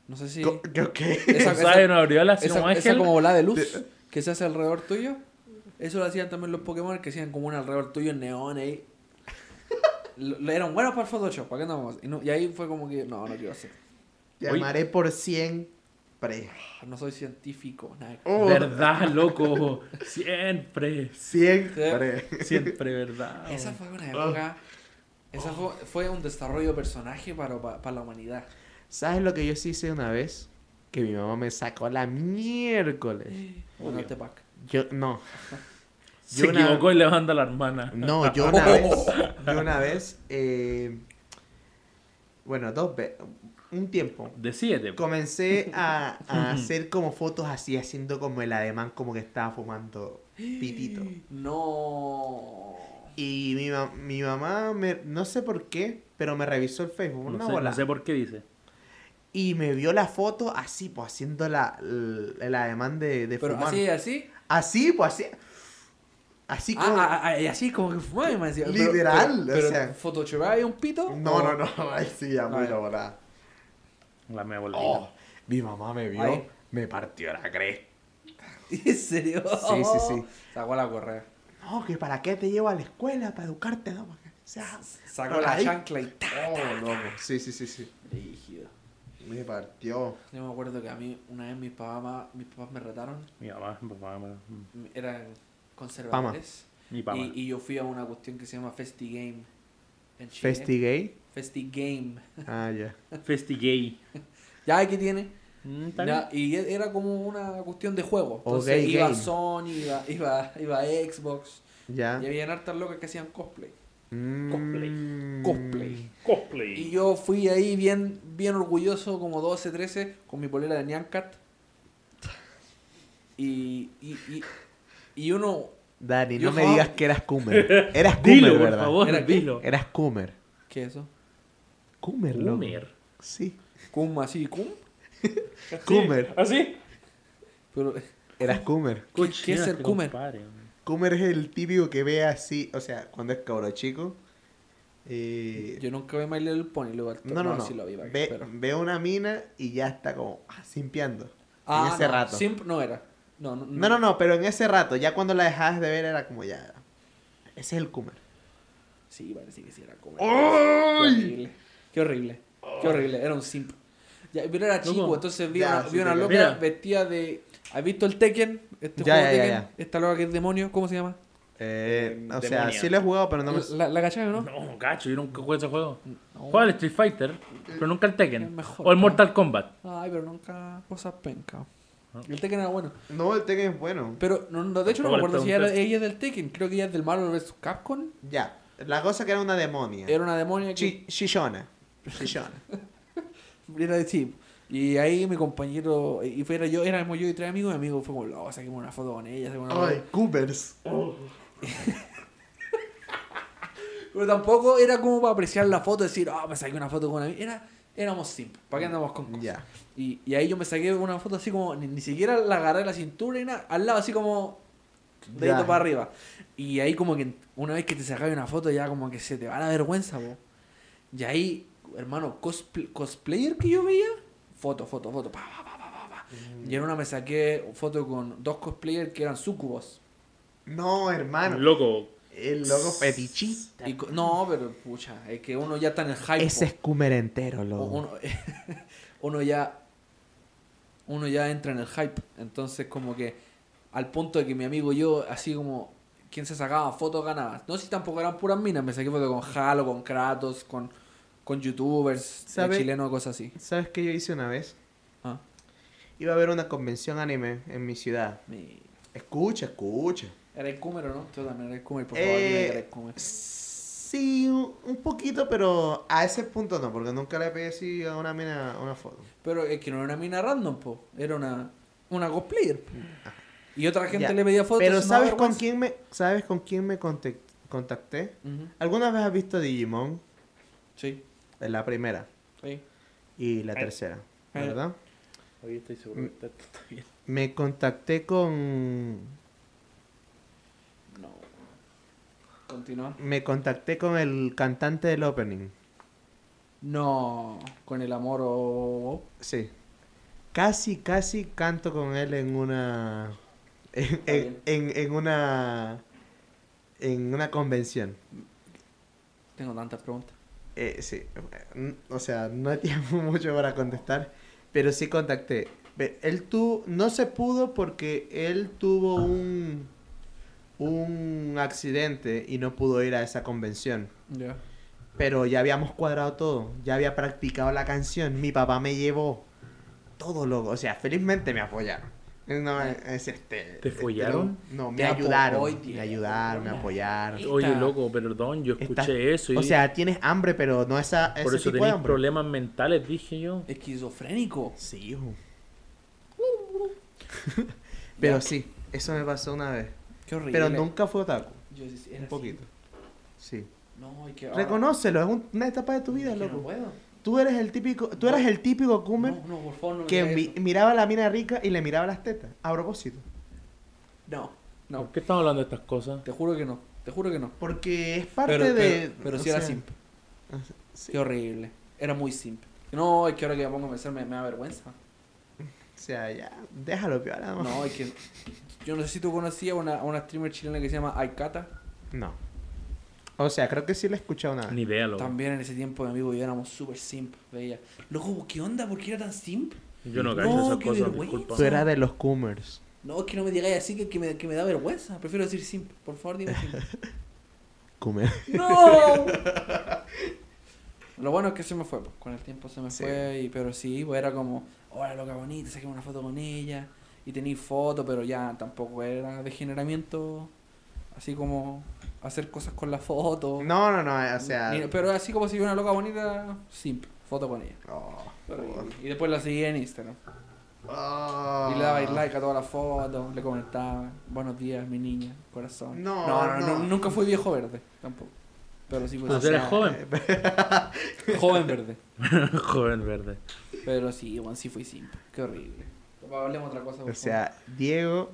No sé si.
Co- ¿Yo qué?
Esa,
¿Sabes?
esa-
Una aureola así
esa-
como
esa
ángel.
como bola de luz que se hace alrededor tuyo. Eso lo hacían también los Pokémon que hacían como un alrededor tuyo en neón ahí. Lo- lo- eran buenos para el Photoshop, ¿para qué andamos? Y, no- y ahí fue como que, no, no quiero hacer.
Llamaré por siempre.
No soy científico, nada.
Verdad, loco. Siempre.
Siempre.
Siempre verdad.
Esa
weón.
fue una época. Esa fue, fue un desarrollo de personaje para, para, para la humanidad.
¿Sabes lo que yo sí hice una vez? Que mi mamá me sacó la miércoles.
Bueno, te pack.
Yo, no.
Se
Yo una-
equivocó y le manda a la hermana.
No, yo una vez. Yo una vez. eh, bueno, dos veces. Un tiempo.
De siete.
Comencé a, a hacer como fotos así, haciendo como el ademán, como que estaba fumando pitito.
No.
Y mi, ma- mi mamá, me, no sé por qué, pero me revisó el Facebook.
No
una
sé,
bola.
no sé por qué dice.
Y me vio la foto así, pues haciendo la, el, el ademán de, de
Pero
fumar.
así, así.
Así, pues así. Así como.
Ah, ah, ah, y así como que fumaba y me decía. pero-
Literal,
Pero,
o
pero,
sea.
¿photoshopeaba ahí un pito?
no,
o-
no, no. Ahí sí, ya muy
Ay.
elaborada.
La me volví.
Oh, mi mamá me vio,
Ay.
me partió la cresta.
¿En serio?
Sí, sí, sí.
Sacó la correa.
No, que para qué te llevo a la escuela, para educarte, no. Para que seas-
Sacó
Pero
la
ahí-
chancla y ta.
Oh, no, pues, Sí, sí, sí, sí.
Rígido.
Me partió.
Yo me acuerdo que a mí una vez mis papás, mis papás me retaron.
Mi mamá, mi papá, mi-
Eran conservadores.
mi papá.
Y, y yo fui a una cuestión que se llama Festi Game. En Chile.
¿Festigay?
Festi Game.
Ah, ya.
Festigay.
Ya, ¿y ¿qué tiene?
Mm, está bien.
Ya, y e- era como una cuestión de juego.
O
Entonces
gay
iba
game.
Sony, iba, iba, iba Xbox.
Ya.
Y habían hartas locas que hacían cosplay.
Cosplay.
Mm.
Cosplay. Y
Cosplay.
yo fui ahí bien, bien orgulloso, como 12, 13, con mi polera de Nyan Cat. Y, y, y, y uno.
Dani,
Yo
no me
jamás-
digas que eras Coomer. Eras Coomer,
Dilo, por
¿verdad?
favor,
Era-
dilo.
Eras Coomer.
¿Qué es eso?
Coomer, loco.
Comer.
Sí.
Cum así, cum.
Comer.
¿Así?
Pero,
Eras Coomer.
¿Qué- qué es ser Comer?
Coomer es el típico que ve así, o sea, cuando es cabro chico. eh,
yo nunca vi My Little Pony. Luego,
no, no, no.
sí lo vi, para
ve,
que- pero-
ve una mina y ya está como ah, simpiando.
Ah,
en ese
no,
rato.
simp- no era. No, no,
No, no, no, pero en ese rato, ya cuando la dejabas de ver era como ya. Ese es el Coomer.
Sí, parece que sí era como. Qué horrible. Qué horrible. Qué horrible. Era un simp. Ya, pero era chico,
Loco.
entonces vi
Ya,
una,
sí
vi una
te
loca
creo. Mira.
vestida de. ¿Has visto el Tekken? Este
Ya,
juego
ya, ya,
Tekken.
ya.
Esta loca que es demonio, ¿cómo se llama?
Eh, o sea,
demonia.
sí lo he jugado, pero no me.
La, la cachai, ¿no?
No, cacho, yo nunca jugué ese juego.
No.
Juega al Street Fighter, pero nunca al
Es
Tekken.
mejor,
O al
¿no?
Mortal Kombat.
Ay, pero nunca cosas penca. El Tekken era bueno.
No, el Tekken es bueno.
Pero, no, no, de hecho, no me
Tampoco le
acuerdo si era-
preguntaste.
ella es del Tekken. Creo que ella es del Marvel vs. Capcom.
Ya. La cosa que era una demonia.
Era una demonia que.
Chi- Shishona. Shishona.
Era de Steam. Y ahí mi compañero, y fue, era yo, éramos yo y tres amigos, y mi amigo fue como, oh, saquemos una foto con ella, saquemos una foto".
Ay, Coopers.
Pero tampoco era como para apreciar la foto, decir, ah, me saqué una foto con una amiga". Era, éramos simples, ¿para
Mm.
qué andamos con cosas?
Ya.
Y, y ahí yo me saqué una foto así como, ni, ni siquiera la agarré de la cintura y nada, al lado así como, dedito
Ya.
para arriba. Y ahí como que una vez que te sacas una foto ya como que se te va la vergüenza, po. Y ahí, hermano, cosplay, cosplayer que yo veía, foto, foto, foto, pa, pa, pa, pa, pa, pa.
Mm.
Y en una me saqué foto con dos cosplayers que eran sucubos.
Ah, No, hermano.
Loco,
El loco fetichista.
Y co- no, pero pucha, es que uno ya está en el hype.
Ese es Coomer entero,
po.
loco.
uno, uno ya uno ya entra en el hype. Entonces como que al punto de que mi amigo y yo, así como quien se sacaba fotos ganaba. No si tampoco eran puras minas, me saqué fotos con Halo, con Kratos, con, con youtubers,
¿Sabe?
de chilenos, cosas así.
¿Sabes qué yo hice una vez?
Ah,
Iba a haber una convención anime en mi ciudad.
mi-
Escucha, escucha.
Era el Kumer, ¿o ¿no? Tú también eres Kumer, por
Eh,
favor, dime que eres Kumer.
Sí, un un poquito, pero a ese punto no, porque nunca le pedí así a una mina una foto.
Pero es que no era una mina random, po. Era una, una cosplayer. po. Y otra gente
Mm. Ya.
le pedía fotos.
Pero
no,
¿sabes con
vergüenza.
quién me sabes con quién me contac- contacté?
Ujú,
¿Alguna vez has visto Digimon?
Sí,
Eh, La primera
sí.
y
Eh,
la tercera, ¿verdad?
Oye, estoy seguro que está,
Mm.
está bien.
Me contacté con
No. Continúa.
me contacté con el cantante del opening.
No, con el amor oh, o...
Sí. Casi, casi canto con él en una. En, en- en- en una. En una convención.
Tengo tantas preguntas.
Eh, sí. n- O sea, no hay tiempo mucho para contestar. Pero sí contacté. Ve- Él tuvo. No se pudo porque él tuvo un. Un accidente y no pudo ir a esa convención.
Ya.
Pero ya habíamos cuadrado todo, ya había practicado la canción, mi papá me llevó todo loco, o sea, felizmente me apoyaron. No, es este, este
follaron?
lo- no, me
Te apo-
ayudaron,
hoy
me
día.
ayudaron, me apoyaron.
Esta-
Oye, loco, perdón, yo escuché
Estás-
eso y
O sea, tienes hambre, pero no esa, ese
por eso
tipo de
tenéis
hambre.
problemas mentales, dije yo.
Esquizofrénico.
Sí, hijo. pero sí, eso me pasó una vez.
Qué horrible.
Pero nunca fue otaku,
Yo sí- era
un
así.
poquito. Sí.
No, hay que... ahora-
Reconócelo, es un- una etapa de tu
Es
vida,
que No
loco.
puedo.
Tú eres el típico, tú eres el típico Kumer
No, no, por favor, no me
que
digas
mi-
eso.
miraba a la mina rica y le miraba las tetas. A propósito.
No,
¿Por
no.
qué estamos hablando de estas cosas?
Te juro que no. Te juro que no.
Porque es parte
pero,
de.
Pero, pero
o
sí era
sea, ah,
simp. Qué horrible. Era muy simp. No, es que ahora que me pongo a pensar me, me da vergüenza.
O sea, ya, déjalo piola. No.
No, es que... Yo no sé si tú conocías a una, a una streamer chilena que se llama Aikata.
No. O sea, creo que sí la he escuchado una vez.
Ni idea, loco.
También en ese tiempo, mi amigo y yo éramos súper simp de ella. Loco, ¿qué onda? ¿Por qué era tan simp?
Yo no
No,
cacho esas
qué
cosas,
vergüenza.
disculpa.
Tú eras de los Coomers.
No, es que no me digáis así que, que me, que me da vergüenza. Prefiero decir simp. Por favor, dime simp.
Coomer.
¡No! Lo bueno es que se me fue, pues, con el tiempo se me
Sí.
fue, y, pero sí, pues era como, hola loca bonita, saqué una foto con ella, y tenía foto, pero ya tampoco era degeneramiento, así como hacer cosas con la foto.
No, no, no, o sea.
Ni- pero así como si una loca bonita, simp, foto con ella.
Oh,
Pero- y después la seguí en Instagram.
oh.
Y le daba like a todas las fotos, le comentaba, buenos días, mi niña, corazón.
No, no.
nunca fui viejo verde, tampoco. Pero sí fui
Pues eres joven.
joven verde.
joven verde.
Pero sí, bueno, sí fui simple. Qué horrible. Papá, hablemos otra cosa. por
O sea, Diego.
favor.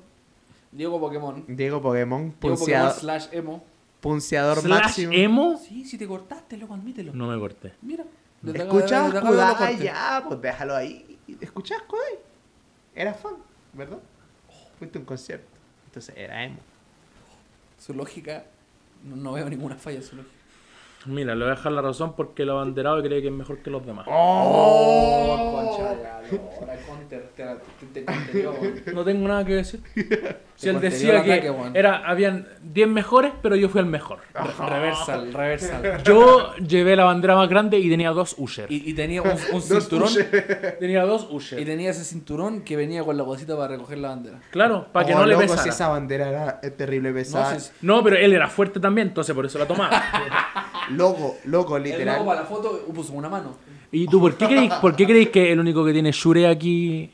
Diego Pokémon.
Diego Pokémon.
Diego Pokémon
Punceador,
slash emo.
punceador
¿Slash
máximo.
emo?
Sí, si te cortaste, loco, admítelo.
No me corté.
Mira. desde acá-
Escuchas
desde acá veo los
Kudai,
cortes.
ya, pues déjalo ahí. Escuchas Kudai. Era fan, ¿verdad? Fuiste a un concierto. Entonces era emo.
Su lógica, no, no veo ninguna falla en su lógica.
Mira, le voy a dejar la razón porque el abanderado cree que es mejor que los demás.
¡Oh! Concha, de la lora, Conter, te, la- te, te conterió, weón.
No tengo nada que decir. Si él
Te
decía
contenía el
que
ataque, weón.
era, habían 10 mejores, pero yo fui el mejor.
Re- Reversal, reversal.
Yo llevé la bandera más grande y tenía dos Usher.
Y, y tenía un, un cinturón.
Tenía dos
Y
Usher.
tenía ese cinturón que venía con la cosita para recoger la bandera.
Claro, para que
Oh,
no le
loco, si
pesara.
esa bandera era eh, terrible pesada.
No, si-
No, pero él era fuerte también, entonces por eso la tomaba.
Loco, loco,
El loco
literal.
para la foto puso una mano.
¿Y tú por qué creéis, por qué creéis que el único que tiene Shure aquí,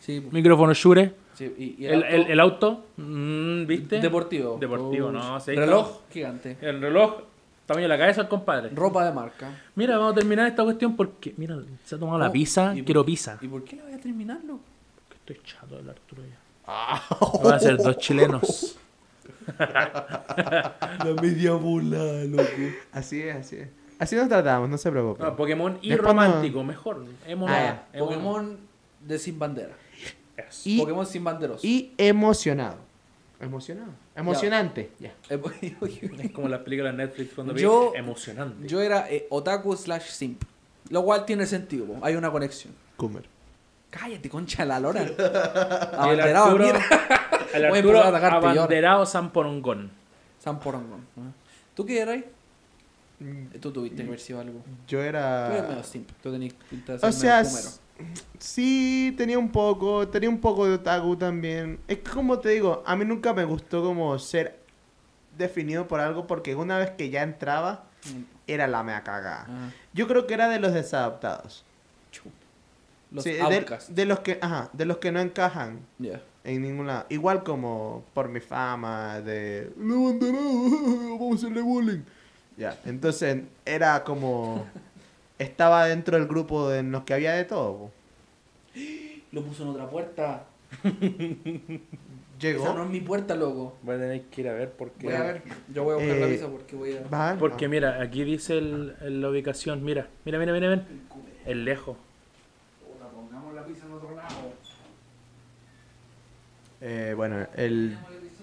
Sí,
micrófono Shure,
sí, y, y
pues. el,
auto-
el- el auto, mm, ¿viste?
Deportivo.
Deportivo,
Uy.
no, sí,
Reloj gigante.
El reloj, tamaño de la cabeza, el compadre.
Ropa de marca.
Mira, vamos a terminar esta cuestión porque, mira, se ha tomado la
Oh,
pizza,
y-
quiero pizza.
¿Y por qué la voy a terminarlo?
Que Estoy chato del Arturo ya.
Ah.
Voy a hacer dos chilenos.
La media bola, loco. Así es, así es. Así nos tratamos, no se preocupen.
Ah,
No, Pokémon y
Después no-
romántico, mejor. Emo no,
Ah, ya.
emo no.
pues, Pokémon de sin bandera.
Yes.
y,
Pokémon sin banderos.
y emocionado. Emocionado. Emocionante. Ya.
Es como las películas de Netflix cuando vi
Yo-
emocionante.
Yo era eh, otaku slash simp. Lo cual tiene sentido, po. hay una conexión.
Comer.
Cállate, concha de la lora.
Y el
Abanderado,
Arturo,
mira.
el
Voy a
Arturo
empezar a atacarte, Jordan.
abanderado San Porongón.
San Porongón. ¿Tú qué eras? Tú tuviste que haber sido algo.
Yo
Tú eres medio
era.
simp. Tú tenías pinta de ser
Ah. O sea,
medio
s- sí, tenía un poco, tenía un poco de otaku también. Es que como te digo, a mí nunca me gustó como ser definido por algo porque una vez que ya entraba,
plumero.
era la mea cagada.
Ah,
Yo creo que era de los desadaptados.
chup. Los
Sí, de-
outcasts.
de, los que, ajá, de los que no encajan
Ya.
en ningún lado. Igual como por mi fama de no abanderado, vamos a hacerle bullying. Ya, entonces era como estaba dentro del grupo en los que había de todo. po.
Lo puso en otra puerta.
Llegó.
Esa no es mi puerta, loco.
Voy a tener que ir a ver porque...
Voy a ver. Yo voy a buscar la
Eh,
visa porque voy a.
Bajar,
Porque mira, aquí dice el- el- la ubicación. Mira, mira, mira, mira, mira. El lejos.
Puta, Pongamos la pizza en otro lado.
Eh, bueno, el,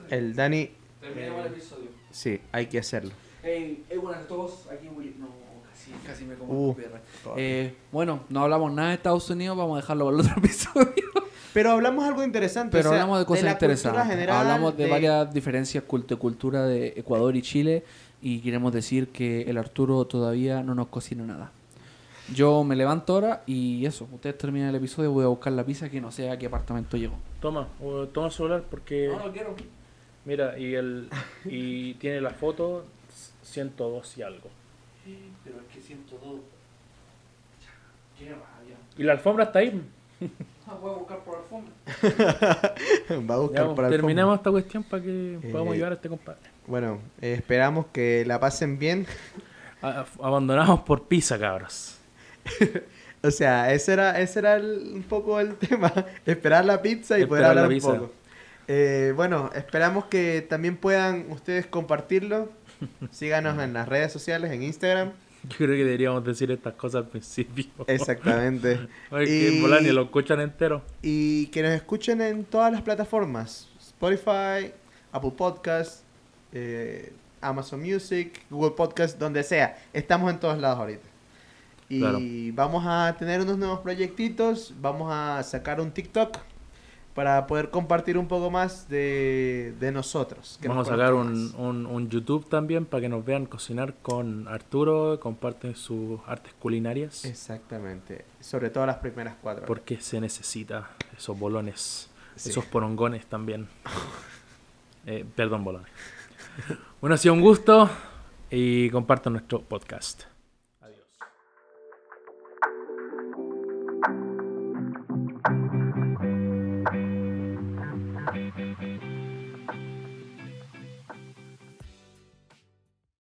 el Dani,
Terminemos el episodio.
sí, hay que hacerlo.
Hey, hey, buenas a todos. Aquí Willy. No, casi, casi me como
Uh,
el copyright. Eh, bueno, no hablamos nada de Estados Unidos. Vamos a dejarlo para el otro episodio.
Pero hablamos algo interesante.
Pero
o sea,
hablamos de cosas
la cultura
interesantes.
general,
hablamos de, varias diferencias cult- de cultura de Ecuador y Chile. Y queremos decir que el Arturo todavía no nos cocina nada. Yo me levanto ahora y eso. Ustedes terminan el episodio. Voy a buscar la pizza que no sé a qué apartamento llego.
Toma, o- toma el celular
Eh,
porque...
quiero.
Mira, y, el, y tiene la foto 102 y algo.
Pero es que siento todo. Qué rabia.
Y la alfombra está ahí.
Ah, Voy a buscar por alfombra.
Va a buscar
Ya,
para el
terminamos esta cuestión para que podamos
Eh,
ayudar a este compadre.
fondo. Bueno, eh, esperamos que la pasen bien.
A- a- Abandonados por pizza, cabras.
O sea, ese era, ese era el- un poco el tema. Esperar la pizza y
Esperar
poder
la
hablar un
pizza.
poco. Eh, bueno, esperamos que también puedan ustedes compartirlo. Síganos en las redes sociales, en Instagram.
Yo creo que deberíamos decir estas cosas al principio.
Exactamente.
Porque
Y-
en volar ni lo escuchan entero.
Y que nos escuchen en todas las plataformas: Spotify, Apple Podcasts, eh, Amazon Music, Google Podcasts, donde sea. Estamos en todos lados ahorita. Y
Claro.
vamos a tener unos nuevos proyectitos. Vamos a sacar un TikTok para poder compartir un poco más de, de nosotros. que
Vamos a
nos
sacar
conozcan
un,
más.
un- un YouTube también para que nos vean cocinar con Arturo. Comparten sus artes culinarias.
Exactamente. Sobre todo las primeras cuatro.
Porque se necesita esos bolones.
Sí.
Esos porongones también. Eh, perdón, bolones. Bueno, ha sido un gusto. Y compartan nuestro podcast.